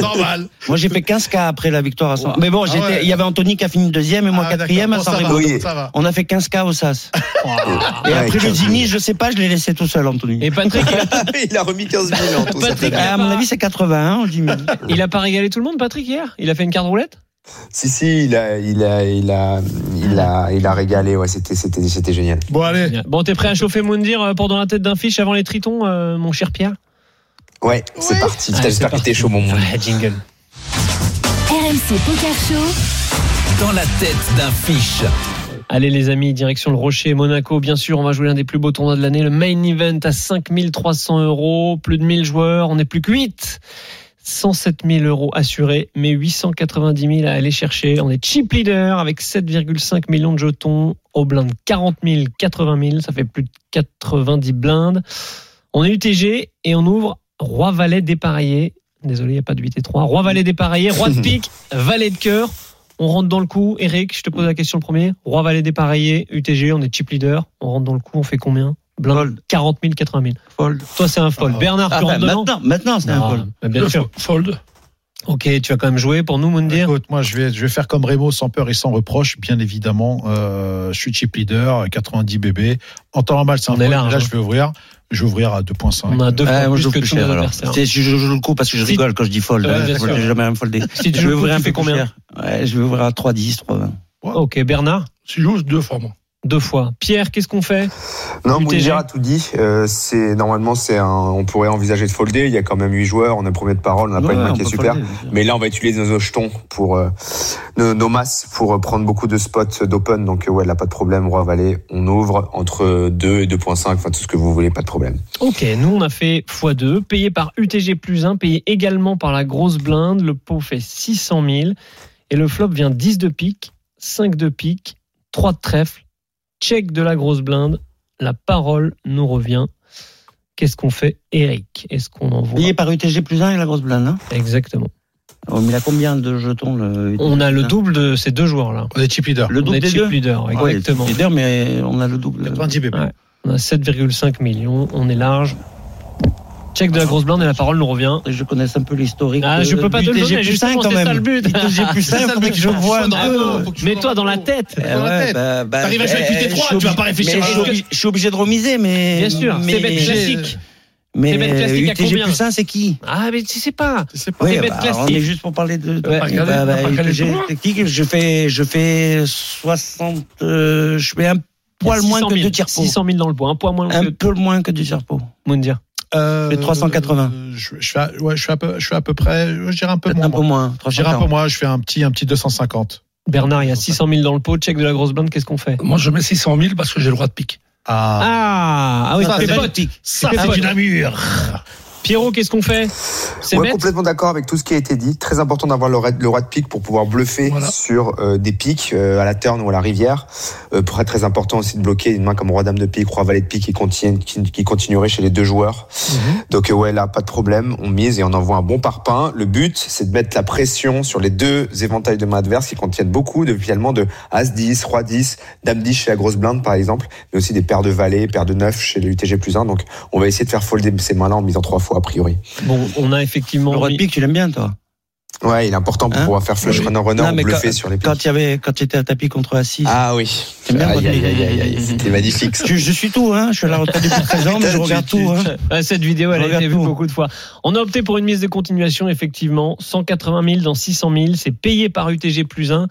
Speaker 4: Normal.
Speaker 5: Moi, j'ai fait 15 cas après la victoire à 100. Mais bon, j'étais, il
Speaker 4: ouais.
Speaker 5: y avait Anthony qui a fini deuxième et moi
Speaker 4: Ah,
Speaker 5: quatrième à
Speaker 4: d'accord. Bon,
Speaker 5: San
Speaker 4: ça, va,
Speaker 5: Remo.
Speaker 8: Oui.
Speaker 4: ça va.
Speaker 5: On a fait 15 cas au SAS. Et
Speaker 8: Ouais,
Speaker 5: après le
Speaker 8: 15 000.
Speaker 5: Zini, je sais pas, je l'ai laissé tout seul, Anthony.
Speaker 3: Et Patrick, il a,
Speaker 8: Ah Il a remis 15 000 en tout, ça fait
Speaker 3: Patrick,
Speaker 8: bien.
Speaker 5: Ah, à mon avis, c'est 81 au Zini.
Speaker 3: il a pas régalé tout le monde, Patrick, hier Il a fait une carte roulette
Speaker 8: Si, si, il a, il a, il a, il a, il a régalé, ouais, c'était, c'était, c'était génial.
Speaker 4: Bon, allez.
Speaker 3: Bon, t'es prêt à chauffer Moundir euh, pour dans la tête d'un fiche avant les tritons, euh, mon cher Pierre
Speaker 8: Ouais, c'est parti. Putain,
Speaker 3: Allez,
Speaker 8: j'espère
Speaker 3: c'est
Speaker 8: que t'es chaud, mon monde.
Speaker 3: Ouais, jingle.
Speaker 1: RMC Poker Show,
Speaker 2: Dans la tête d'un fiche.
Speaker 3: Allez les amis, direction le Rocher, Monaco, bien sûr, on va jouer l'un des plus beaux tournois de l'année, le main event à 5300 euros, plus de 1000 joueurs, on n'est plus que 8 107 000 euros assurés, mais 890 000 à aller chercher. On est chip leader avec 7,5 millions de jetons, au blind 40 000, 80 000, ça fait plus de 90 blindes. On est UTG et on ouvre Roi-Valet dépareillé. Désolé, il n'y a pas de 8 et 3. Roi-Valet dépareillé, Roi de pique, Valet de cœur. On rentre dans le coup. Eric, je te pose la question le premier. Roi valet dépareillé, UTG, on est chip leader. On rentre dans le coup, on fait combien Blind 40 000, 80 000.
Speaker 5: Fold.
Speaker 3: Toi, c'est un fold.
Speaker 4: Ah.
Speaker 3: Bernard, tu
Speaker 5: Ah, bah,
Speaker 3: rentres dedans
Speaker 5: maintenant, maintenant, c'est un
Speaker 3: Non,
Speaker 5: fold.
Speaker 3: bah, bien
Speaker 6: Le
Speaker 3: sûr.
Speaker 6: fo- Fold.
Speaker 3: Ok, tu vas quand même jouer pour nous, Moundir.
Speaker 4: Écoute, moi, je vais, je vais faire comme Rémo, sans peur et sans reproche, bien évidemment. Euh, je suis chip leader, 90 bébés. En temps normal, c'est un
Speaker 3: On est
Speaker 4: fold.
Speaker 3: large,
Speaker 4: Là,
Speaker 3: hein.
Speaker 4: je vais ouvrir. Je vais ouvrir à 2.5.
Speaker 3: On a deux fois
Speaker 5: Ah,
Speaker 3: plus
Speaker 5: moi, je
Speaker 3: que
Speaker 5: joue plus
Speaker 3: tous nos
Speaker 5: cher, alors.
Speaker 3: adversaires.
Speaker 5: C'est- Je, je joue le coup parce que je
Speaker 3: Si-
Speaker 5: rigole quand je dis fold.
Speaker 3: Ouais,
Speaker 5: hein,
Speaker 3: bien
Speaker 5: je
Speaker 3: sûr.
Speaker 5: n'ai jamais rien foldé.
Speaker 3: Si tu
Speaker 5: je
Speaker 3: joues
Speaker 5: vais
Speaker 3: le coup,
Speaker 5: ouvrir un
Speaker 3: tu
Speaker 5: peu
Speaker 3: fais
Speaker 5: plus
Speaker 3: combien
Speaker 5: cher. ouais, Je vais ouvrir à 3-10, 3
Speaker 3: Ok, Bernard,
Speaker 6: Si j'ose, deux fois, moi.
Speaker 3: deux fois. Pierre, qu'est-ce qu'on fait
Speaker 8: Non,
Speaker 3: UTG.
Speaker 8: Mounir a tout dit. Euh, c'est, normalement, c'est un, on pourrait envisager de folder. Il y a quand même 8 joueurs. On a premier de parole. On n'a pas une main qui est super. Mais là, on va utiliser nos jetons pour euh, nos, nos masses pour euh, prendre beaucoup de spots d'open. Donc euh, ouais, là, pas de problème. Roi Valet, on ouvre entre 2 et 2.5. Enfin, tout ce que vous voulez, pas de problème.
Speaker 3: Ok, nous on a fait x2, payé par UTG plus 1, payé également par la grosse blinde. Le pot fait 600 000. Et le flop vient 10 de pique, 5 de pique, 3 de trèfle. Check de la grosse blinde. La parole nous revient. Qu'est-ce qu'on fait, Eric Est-ce qu'on envoie
Speaker 5: Payé par UTG plus 1 et la grosse blinde. Hein
Speaker 3: Exactement.
Speaker 5: oh, mais il a combien de jetons le UTG
Speaker 3: On a le
Speaker 5: plus un
Speaker 3: double de ces deux joueurs-là.
Speaker 4: On est chip leader.
Speaker 5: Le
Speaker 3: On
Speaker 5: double
Speaker 3: est
Speaker 5: des
Speaker 3: chip
Speaker 5: deux Ah,
Speaker 3: leader,
Speaker 5: Ouais,
Speaker 3: exactement.
Speaker 5: leader, mais on a le
Speaker 3: Euh,
Speaker 5: double.
Speaker 4: 90 bébés.
Speaker 3: Ouais. On a 7,5 millions, on est large. Check de la grosse blinde et la parole nous revient.
Speaker 5: Je connaisse un peu l'historique.
Speaker 3: Ah, je peux pas te le donner,
Speaker 5: plus
Speaker 3: justement,
Speaker 5: 5 quand
Speaker 3: c'est ça
Speaker 5: même.
Speaker 3: le but.
Speaker 5: UTG plus
Speaker 4: C'est
Speaker 5: 5,
Speaker 4: ça,
Speaker 5: faudrait
Speaker 4: le
Speaker 5: que je
Speaker 4: but.
Speaker 5: vois un
Speaker 4: Ah,
Speaker 5: peu.
Speaker 4: non, faut que tu sois
Speaker 3: Mets-toi dans la
Speaker 4: haut.
Speaker 3: tête.
Speaker 5: Eh
Speaker 4: dans la tête.
Speaker 5: bah, bah,
Speaker 4: T'arrives à jouer avec 8
Speaker 5: eh,
Speaker 4: et 3,
Speaker 5: je suis
Speaker 4: tu vas pas
Speaker 5: obli-
Speaker 4: réfléchir
Speaker 5: mais
Speaker 4: à-
Speaker 5: Je suis, obli- je suis obligé de remiser, mais.
Speaker 3: Bien sûr,
Speaker 5: mais,
Speaker 3: c'est bête classique. C'est bête
Speaker 5: Mais
Speaker 3: classique à
Speaker 5: UTG
Speaker 3: combien
Speaker 5: plus 1, c'est qui
Speaker 3: Ah, mais tu sais pas.
Speaker 4: C'est pas-
Speaker 5: Oui,
Speaker 3: bête
Speaker 5: bah,
Speaker 3: classique.
Speaker 5: on est juste pour parler de. de-
Speaker 3: Ouais,
Speaker 5: bah,
Speaker 6: regardez,
Speaker 5: bah,
Speaker 6: on va regarder
Speaker 5: UTG
Speaker 6: tout loin.
Speaker 5: technique, je fais, je fais 60. euh, je fais un poil moins
Speaker 3: 600
Speaker 5: que
Speaker 3: 000.
Speaker 5: deux tiers
Speaker 3: 600 000 dans le poids, un poids moins
Speaker 5: Un
Speaker 3: que
Speaker 5: peu moins que du serpo.
Speaker 3: Moundir.
Speaker 4: Euh,
Speaker 5: fais 380.
Speaker 4: Je, je fais, à- ouais, je fais à peu, je fais à peu près, je dirais un peu
Speaker 5: Peut-être
Speaker 4: moins.
Speaker 5: un peu moins.
Speaker 4: Je dirais un peu
Speaker 5: 350.
Speaker 4: moins, je fais un petit, un petit 250.
Speaker 3: Bernard, il y a 600 000 dans le pot, check de la grosse blinde, qu'est-ce qu'on fait
Speaker 6: Moi, je mets 600 000 parce que j'ai le droit de pique.
Speaker 4: Ah,
Speaker 3: Ah, ah oui,
Speaker 4: Ça,
Speaker 3: ça fait
Speaker 4: c'est
Speaker 3: pote.
Speaker 4: ça
Speaker 3: fais
Speaker 4: c'est
Speaker 3: pote.
Speaker 4: une amure.
Speaker 3: Pierrot, qu'est-ce qu'on fait C'est
Speaker 8: Ouais,
Speaker 3: bête
Speaker 8: complètement d'accord avec tout ce qui a été dit. Très important d'avoir le, roi- le roi de pique pour pouvoir bluffer
Speaker 6: Voilà.
Speaker 8: sur euh, des piques euh, à la turn ou à la rivière. Euh, pour être très important aussi de bloquer une main comme roi dame de pique, roi valet de pique qui, contiennent- qui, qui continuerait chez les deux joueurs.
Speaker 3: Mhm.
Speaker 8: Donc euh, ouais, là pas de problème, on mise et on envoie un bon parpaing. Le but, c'est de mettre la pression sur les deux éventails de mains adverses qui contiennent beaucoup de finalement de as 10, roi 10, dame 10 chez la grosse blinde par exemple, mais aussi des paires de valets, paires de neuf chez le UTG plus 1. Donc on va essayer de faire folder ces mains-là en misant trois fois a priori.
Speaker 3: Bon, on a effectivement.
Speaker 5: Le roi de
Speaker 3: mis-
Speaker 5: pique, tu l'aimes bien, toi
Speaker 8: Ouais, il est important pour
Speaker 5: Hein
Speaker 8: pouvoir faire flush
Speaker 6: Oui.
Speaker 8: runner runner
Speaker 5: Non,
Speaker 8: ou
Speaker 5: mais
Speaker 8: bluffer
Speaker 5: quand-
Speaker 8: sur les piques.
Speaker 5: Quand il y avait, quand tu étais à tapis contre Assis.
Speaker 8: Ah oui.
Speaker 5: T'aimes bien le roi
Speaker 8: Aïe,
Speaker 5: de
Speaker 8: aïe,
Speaker 5: pique
Speaker 8: aïe, aïe, aïe, c'était magnifique. ça.
Speaker 5: je, je suis tout, hein. Je suis à la retraite depuis 13 ans, mais je regarde tout, hein.
Speaker 3: Ouais, Cette vidéo, elle a
Speaker 5: Regarde
Speaker 3: été vue
Speaker 5: tout.
Speaker 3: beaucoup de fois. On a opté pour une mise de continuation, effectivement. 180 000 dans 600 000. C'est payé par UTG plus 1.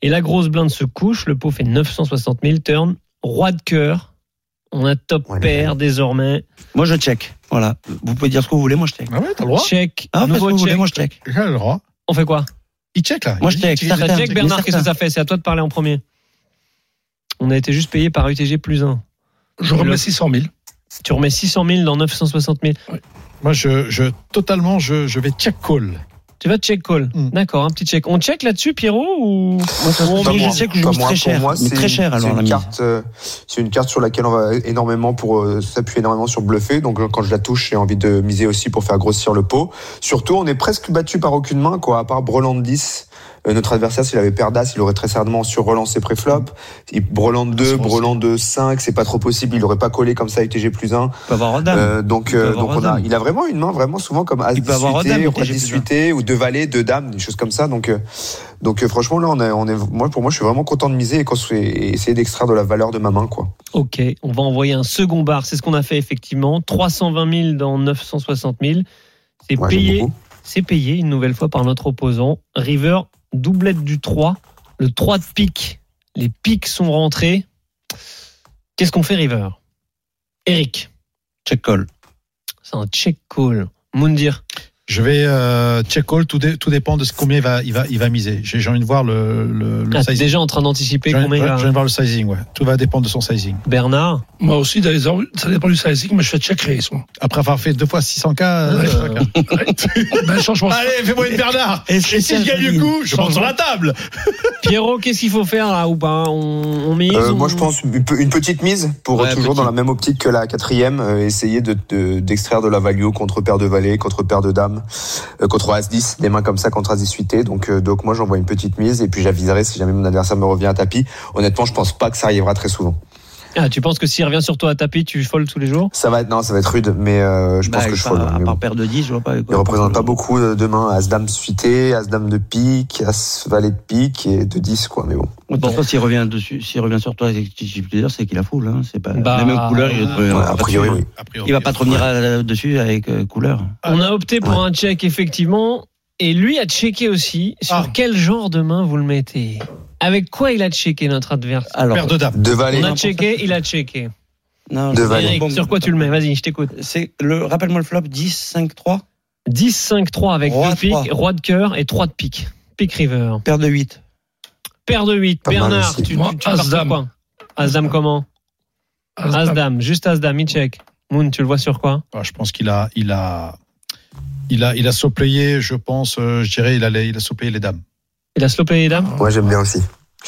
Speaker 3: Et la grosse blinde se couche. Le pot fait 960 000 turn. Roi de cœur. On a top
Speaker 8: Ouais, mais-
Speaker 3: pair désormais.
Speaker 5: Moi, je check. Voilà. Vous pouvez dire ce que vous voulez, moi, je check.
Speaker 4: Ah ouais, t'as le droit.
Speaker 3: Check.
Speaker 5: Ah, parce que
Speaker 3: nouveau
Speaker 5: vous
Speaker 3: check. Bah,
Speaker 5: voulez, moi, je check.
Speaker 4: Il a le droit.
Speaker 3: On fait quoi
Speaker 4: Il check là.
Speaker 5: Moi,
Speaker 4: Il
Speaker 5: je
Speaker 4: dit,
Speaker 5: check.
Speaker 4: check.
Speaker 5: Certain,
Speaker 3: Check
Speaker 5: mais
Speaker 3: Bernard,
Speaker 5: certain.
Speaker 3: qu'est-ce que ça fait C'est à toi de parler en premier. On a été juste payé par UTG plus 1.
Speaker 6: Je remets
Speaker 3: Le-
Speaker 6: 600 000.
Speaker 3: Tu remets 600 000 dans 960 000.
Speaker 4: Moi, je, je totalement, je, je vais check call.
Speaker 3: Tu vas check call.
Speaker 4: Hmm.
Speaker 3: D'accord, un petit check. On check là-dessus, Pierrot ou...
Speaker 5: Moi,
Speaker 8: Pas
Speaker 5: je
Speaker 8: moi.
Speaker 5: sais que je
Speaker 8: Pas
Speaker 5: joue
Speaker 8: moi.
Speaker 5: très
Speaker 8: Pour
Speaker 5: cher.
Speaker 8: moi,
Speaker 5: mais
Speaker 8: c'est
Speaker 5: très
Speaker 8: une-
Speaker 5: cher,
Speaker 8: c'est
Speaker 5: alors, la
Speaker 8: une
Speaker 5: mise.
Speaker 8: carte, euh, C'est une carte sur laquelle on va énormément pour euh, s'appuyer énormément sur bluffer. Donc euh, quand je la touche, j'ai envie de miser aussi pour faire grossir le pot. Surtout, on est presque battu par aucune main, quoi. À part Breland 10, Euh, notre adversaire, s'il avait paire d'as, il aurait très certainement sur-relancé préflop. Il- Breland 2,
Speaker 5: Ah,
Speaker 4: Assurance.
Speaker 8: Breland 2, 5, c'est pas trop possible. Il aurait pas collé comme ça avec TG plus 1.
Speaker 5: Tu peux avoir roi dame.
Speaker 8: Euh, donc,
Speaker 5: peut
Speaker 8: euh,
Speaker 5: avoir
Speaker 8: donc on a,
Speaker 5: Rodin.
Speaker 8: il a vraiment une main vraiment souvent comme as
Speaker 5: Il peut avoir
Speaker 8: 18
Speaker 5: Rodin,
Speaker 8: roi
Speaker 5: mais TG+1.
Speaker 8: 18 ou deux valets, deux dames, des choses comme ça. Donc, euh, donc euh, franchement là, on, a- on est, moi pour moi, je suis vraiment content de miser et, construire- et essayer d'extraire de la valeur de ma main quoi.
Speaker 3: Ok, on va envoyer un second bar. C'est ce qu'on a fait effectivement. 320 000 dans 960 000. C'est
Speaker 8: Moi, j'aime
Speaker 3: payé.
Speaker 8: beaucoup.
Speaker 3: C'est payé une nouvelle fois par notre opposant. River, doublette du 3. Le 3 de pique. Les piques sont rentrés. Qu'est-ce qu'on fait, River Eric,
Speaker 5: Check call.
Speaker 3: c'est un check call. Moundir,
Speaker 4: Je vais euh, check call. Tout, dé- tout dépend de ce combien il va, il va, il va miser. J'ai j'ai envie de voir le, le, le
Speaker 3: ah, t'es
Speaker 4: sizing.
Speaker 3: déjà en train d'anticiper
Speaker 4: J'ai envie,
Speaker 3: combien il
Speaker 4: ouais,
Speaker 3: va-
Speaker 4: j'ai envie de voir le sizing. Ouais. Tout va dépendre de son sizing.
Speaker 3: Bernard,
Speaker 6: Moi aussi, d'ailleurs, ça dépend du sizing, mais je fais check raise, moi.
Speaker 4: Après avoir fait deux fois 600K. euh,
Speaker 6: Ah, Ouais.
Speaker 4: 600K.
Speaker 6: Ben, changement.
Speaker 4: Allez, fais-moi une Bernard.
Speaker 5: Et
Speaker 4: Et
Speaker 5: c'est
Speaker 4: si
Speaker 5: ça,
Speaker 4: je gagne
Speaker 5: je
Speaker 4: le
Speaker 5: dis.
Speaker 4: coup, je monte sur la table.
Speaker 3: Pierrot, qu'est-ce qu'il faut faire là ou pas On, on mise
Speaker 8: Euh,
Speaker 3: on-
Speaker 8: moi, je pense une pe- une petite mise pour
Speaker 5: Ouais,
Speaker 8: euh, toujours
Speaker 5: petite.
Speaker 8: dans la même optique que la quatrième, euh, essayer de- de- d'extraire de, la value contre paire de valets, contre paire de dames, euh, contre as 10, des mains comme ça contre as 18 Donc, euh, donc moi, j'envoie une petite mise et puis j'aviserai si jamais mon adversaire me revient à tapis. Honnêtement, je pense pas que ça arrivera très souvent.
Speaker 3: Ah, tu penses que s'il revient sur toi à taper, tu folles tous les jours
Speaker 8: Ça va être non, ça va être rude, mais euh, je
Speaker 5: Bah,
Speaker 8: pense que je
Speaker 5: à
Speaker 8: fold.
Speaker 5: part-
Speaker 8: ouais,
Speaker 5: À
Speaker 8: mais
Speaker 5: part
Speaker 8: bon.
Speaker 5: paire de 10, je vois pas.
Speaker 8: Il représente pas beaucoup euh, demain. As dame suité, as dame de pique, as valet de pique et de 10 quoi. Mais bon.
Speaker 5: De toute
Speaker 3: Bon.
Speaker 5: façon, s'il revient dessus, s'il revient sur toi avec TG plaisir, c'est qu'il a full, hein. C'est pas
Speaker 3: Bah,
Speaker 5: la même couleur. Il,
Speaker 8: Ouais,
Speaker 5: va
Speaker 8: a
Speaker 5: pas te-
Speaker 8: priori, oui.
Speaker 4: A priori. euh,
Speaker 5: il va pas te revenir à- dessus avec euh, couleur.
Speaker 3: On a opté pour un check, effectivement. Et lui a checké aussi sur
Speaker 4: Ah.
Speaker 3: quel genre de main vous le mettez. Avec quoi il a checké notre adversaire
Speaker 5: Alors,
Speaker 4: Paire de dames.
Speaker 8: Deux
Speaker 3: On
Speaker 8: valets.
Speaker 3: a checké, il a checké.
Speaker 5: non, je-
Speaker 8: De Valais.
Speaker 3: Eric,
Speaker 5: Ah, Bon,
Speaker 3: sur quoi tu le mets Vas-y, je t'écoute.
Speaker 5: C'est le, rappelle-moi le flop 10, 5, 3,
Speaker 3: 10-5-3 avec
Speaker 5: Roi,
Speaker 3: deux piques,
Speaker 5: trois.
Speaker 3: roi de cœur et 3 de pique. Pique river.
Speaker 5: paire de 8.
Speaker 3: Paire de 8.
Speaker 8: Pas mal
Speaker 3: Bernard,
Speaker 8: aussi.
Speaker 3: tu, tu, tu
Speaker 6: Moi,
Speaker 3: pars sur
Speaker 6: As-Dame.
Speaker 3: quoi As-Dame comment As-Dame, juste As-Dame, il check. Moon, tu le vois sur quoi
Speaker 4: Ah, je pense qu'il a, il a, il a, il a soplayé. Je pense, euh, je dirais, il a, les- il a soplayé les dames.
Speaker 3: Il a slopé les dames
Speaker 8: Moi, j'aime bien aussi.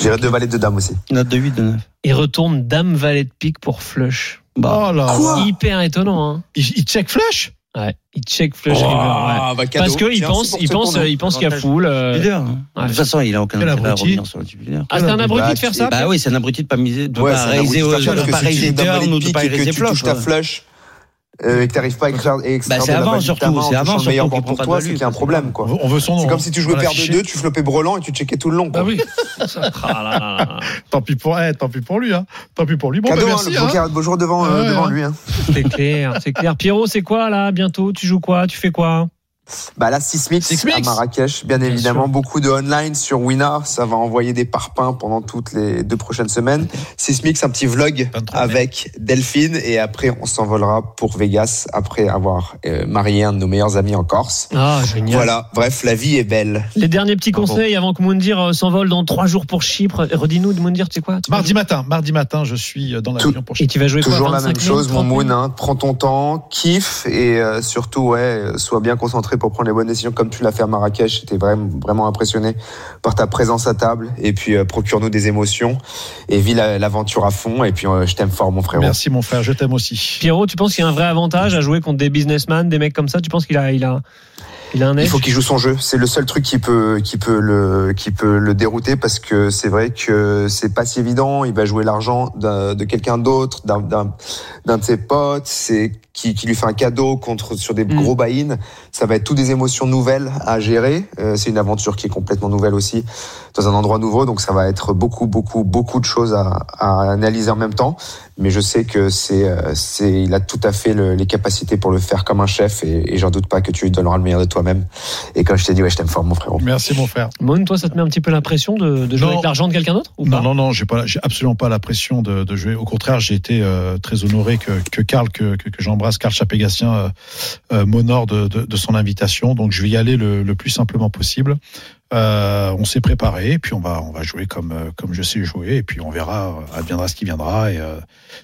Speaker 8: J'irai deux valets, deux dames aussi.
Speaker 5: Note de 8, de 9.
Speaker 3: et retourne dame valet de pique pour flush.
Speaker 5: Bah,
Speaker 4: oh là. là.
Speaker 3: Hyper étonnant, hein
Speaker 4: Il, il check flush.
Speaker 3: Ouais, il check flush
Speaker 5: Ah,
Speaker 3: river. ouais. Parce qu'il pense, il pense, euh, il pense qu'il y a
Speaker 5: Avantage
Speaker 3: foule.
Speaker 5: leader. De toute façon, il a aucun
Speaker 4: Quel
Speaker 5: intérêt à
Speaker 4: abruti.
Speaker 5: revenir sur le leader.
Speaker 3: Ah, c'est un abruti de faire ça
Speaker 5: Bah oui, c'est un abruti de pas miser, de
Speaker 8: Ouais,
Speaker 5: pas euh,
Speaker 8: c'est un
Speaker 5: raiser,
Speaker 8: abruti de faire ça,
Speaker 5: de
Speaker 8: parce que
Speaker 5: pas
Speaker 8: si tu
Speaker 5: raiser
Speaker 8: fais d'un
Speaker 5: turn
Speaker 8: valet
Speaker 5: ou de
Speaker 8: pique
Speaker 5: pas
Speaker 8: et que
Speaker 5: raiser
Speaker 8: tu
Speaker 5: flop.
Speaker 8: touches ta
Speaker 5: ouais.
Speaker 8: flush euh, et que t'arrives pas à extraire, extraire
Speaker 5: Bah, c'est
Speaker 8: de la
Speaker 5: avant,
Speaker 8: value de
Speaker 5: surtout,
Speaker 8: ta main en
Speaker 5: c'est
Speaker 8: touchant
Speaker 5: avant,
Speaker 8: le meilleur
Speaker 5: surtout,
Speaker 8: bord
Speaker 5: qu'on prend
Speaker 8: pour
Speaker 5: pas
Speaker 8: toi,
Speaker 5: de
Speaker 8: c'est
Speaker 5: value,
Speaker 8: qu'il y a un
Speaker 5: parce que
Speaker 8: problème quoi.
Speaker 4: On veut- on veut son nom. hein.
Speaker 8: C'est comme si tu jouais
Speaker 4: Voilà,
Speaker 8: paire de
Speaker 4: fiché.
Speaker 8: deux, tu flopais brelan et tu checkais tout le long.
Speaker 6: Bah
Speaker 8: quoi.
Speaker 6: oui, ça.
Speaker 3: Ah là là là là.
Speaker 4: Tant pis pour, eh, tant pis pour lui. Hein. Tant pis pour lui. Bon, bah,
Speaker 8: Cadeau, hein,
Speaker 4: merci.
Speaker 8: le
Speaker 4: hein.
Speaker 8: poker a de beaux jours devant
Speaker 4: Ah
Speaker 8: euh,
Speaker 4: ouais,
Speaker 8: devant
Speaker 4: hein.
Speaker 8: lui. hein.
Speaker 3: C'est clair, c'est clair. Pierrot, c'est quoi là Bientôt, tu joues quoi Tu fais quoi
Speaker 8: Bah là, Sismix,
Speaker 3: Sismix.
Speaker 8: à Marrakech, bien,
Speaker 3: Bien
Speaker 8: évidemment.
Speaker 3: sûr.
Speaker 8: Beaucoup de online sur Wina, ça va envoyer des parpaings pendant toutes les deux prochaines semaines. Sismix, un petit vlog
Speaker 4: 23 mai.
Speaker 8: avec Delphine et après on s'envolera pour Vegas après avoir euh, marié un de nos meilleurs amis en Corse.
Speaker 3: Ah, génial.
Speaker 8: Voilà, bref, la vie est belle.
Speaker 3: Les derniers petits
Speaker 8: Bravo.
Speaker 3: conseils avant que Moundir euh, s'envole dans trois jours pour Chypre. Redis-nous, Moundir, tu sais quoi
Speaker 4: Mardi matin, mardi matin, je suis dans l'avion pour
Speaker 3: Et tu vas jouer quoi
Speaker 8: Toujours la
Speaker 3: 25
Speaker 8: même chose, mon
Speaker 3: 30
Speaker 8: Moon. hein. Prends ton temps, kiffe et euh, surtout, ouais, euh, sois bien concentré pour prendre les bonnes décisions comme tu l'as fait à Marrakech. J'étais vraiment, vraiment impressionné par ta présence à table. Et puis, euh, procure-nous des émotions et vis la- l'aventure à fond. Et puis, euh, je t'aime fort, mon frérot.
Speaker 4: Merci mon frère, je t'aime aussi.
Speaker 3: Pierrot, tu penses qu'il y a un vrai avantage à jouer contre des businessmen, des mecs comme ça Tu penses qu'il a, il a, il a un
Speaker 8: Il
Speaker 3: edge
Speaker 8: faut qu'il joue son jeu. C'est le seul truc qui peut, qui peut le, qui peut le dérouter parce que c'est vrai que c'est pas si évident. Il va jouer l'argent d'un- de quelqu'un d'autre, d'un- d'un d'un de ses potes, c'est qui, qui lui fait un cadeau contre sur des gros buy-in. Ça va être toutes des émotions nouvelles à gérer. Euh, c'est une aventure qui est complètement nouvelle aussi dans un endroit nouveau, donc ça va être beaucoup, beaucoup, beaucoup de choses à, à analyser en même temps. Mais je sais que c'est, euh, c'est, il a tout à fait le- les capacités pour le faire comme un chef, et, et j'en doute pas que tu lui donneras le meilleur de toi-même. Et comme je t'ai dit, ouais, je t'aime fort, mon frérot.
Speaker 4: Merci mon frère.
Speaker 3: Moon, toi, ça te met un petit peu l'impression de, de jouer
Speaker 4: Non.
Speaker 3: avec l'argent de quelqu'un d'autre ou pas
Speaker 4: Non, non, non, j'ai pas, j'ai absolument pas la pression de, de jouer. Au contraire, j'ai été euh, très honoré que que Karl, que, que, que j'embrasse, Karl Chapégassien, euh, euh, m'honore de, de, de son invitation. Donc, je vais y aller le, le plus simplement possible. Euh, on s'est préparé, et puis on va on va jouer comme euh, comme je sais jouer, et puis on verra, euh, adviendra ce qui viendra. Et euh,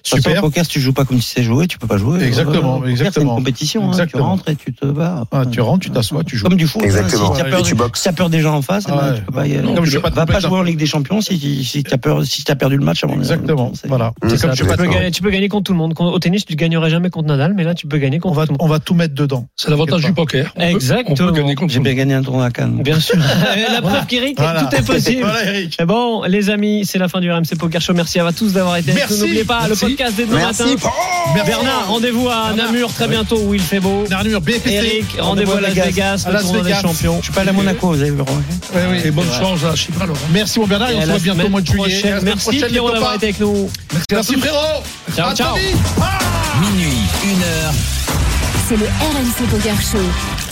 Speaker 5: Super.
Speaker 4: super.
Speaker 5: Au poker, si tu joues pas comme tu sais jouer, tu peux pas jouer.
Speaker 4: Exactement,
Speaker 5: Au poker, C'est une
Speaker 4: exactement.
Speaker 5: compétition. hein. Tu
Speaker 4: Exactement.
Speaker 5: rentres et tu te bats.
Speaker 4: Ah, tu rentres, tu t'assois, tu joues.
Speaker 5: Comme du foot. hein.
Speaker 8: Exactement.
Speaker 5: Si t'as
Speaker 8: Et
Speaker 5: peur,
Speaker 8: tu
Speaker 5: de-
Speaker 8: boxes.
Speaker 5: si t'as peur des gens en face, eh ben,
Speaker 4: Ah ouais.
Speaker 5: tu peux pas y aller.
Speaker 4: Comme je vais pas te
Speaker 5: Va pas
Speaker 4: complexe,
Speaker 5: jouer en Ligue des Champions si, si, si t'as peur, si t'as perdu le match avant.
Speaker 4: Exactement. Voilà.
Speaker 8: Mmh.
Speaker 4: C'est
Speaker 3: C'est
Speaker 4: comme
Speaker 3: ça,
Speaker 4: je
Speaker 3: tu,
Speaker 4: vais pas
Speaker 3: peux
Speaker 4: te-
Speaker 3: gagner, tu peux gagner contre tout le monde. Con- Au tennis, tu ne gagnerais jamais contre Nadal, mais là, tu peux gagner
Speaker 4: On
Speaker 3: contre
Speaker 4: va
Speaker 3: tout le monde.
Speaker 4: on va tout mettre dedans.
Speaker 6: C'est l'avantage du poker. On peut-
Speaker 3: Exactement.
Speaker 6: On peut gagner contre
Speaker 5: J'ai bien gagné un tournoi à Cannes.
Speaker 3: Bien sûr. la preuve qu'Eric,
Speaker 4: Voilà.
Speaker 3: tout est possible.
Speaker 4: Voilà, Eric.
Speaker 3: Et Bon, les amis, c'est la fin du RMC Poker Show. Merci à tous d'avoir été avec
Speaker 4: Merci.
Speaker 3: nous. N'oubliez pas,
Speaker 4: Merci.
Speaker 3: le podcast dès demain
Speaker 8: Merci.
Speaker 3: matin. Bernard, rendez-vous à
Speaker 4: Bernard.
Speaker 3: Namur très bientôt où il fait beau.
Speaker 4: Armure, BPC.
Speaker 3: Eric, rendez-vous à Las Vegas,
Speaker 4: À
Speaker 3: le
Speaker 4: Las
Speaker 3: tournoi des
Speaker 4: Vegas.
Speaker 3: champions.
Speaker 5: Je suis pas allé à Monaco, vous avez vu. remarquer
Speaker 4: Ouais, oui.
Speaker 6: Et bonne chance à Chypre alors.
Speaker 4: Merci mon Bernard, et
Speaker 3: Et
Speaker 4: on
Speaker 3: à
Speaker 4: se
Speaker 3: la
Speaker 4: voit bientôt
Speaker 3: semaine
Speaker 4: au mois de juillet.
Speaker 3: prochaine.
Speaker 4: À la semaine
Speaker 3: Merci
Speaker 4: prochaine, les
Speaker 3: Pierrot d'avoir été
Speaker 4: copains.
Speaker 3: avec nous.
Speaker 4: Merci frérot.
Speaker 3: Ciao,
Speaker 4: À
Speaker 3: ciao.
Speaker 4: très vite.
Speaker 2: Minuit, 1 heure.
Speaker 1: C'est le RMC Poker Show.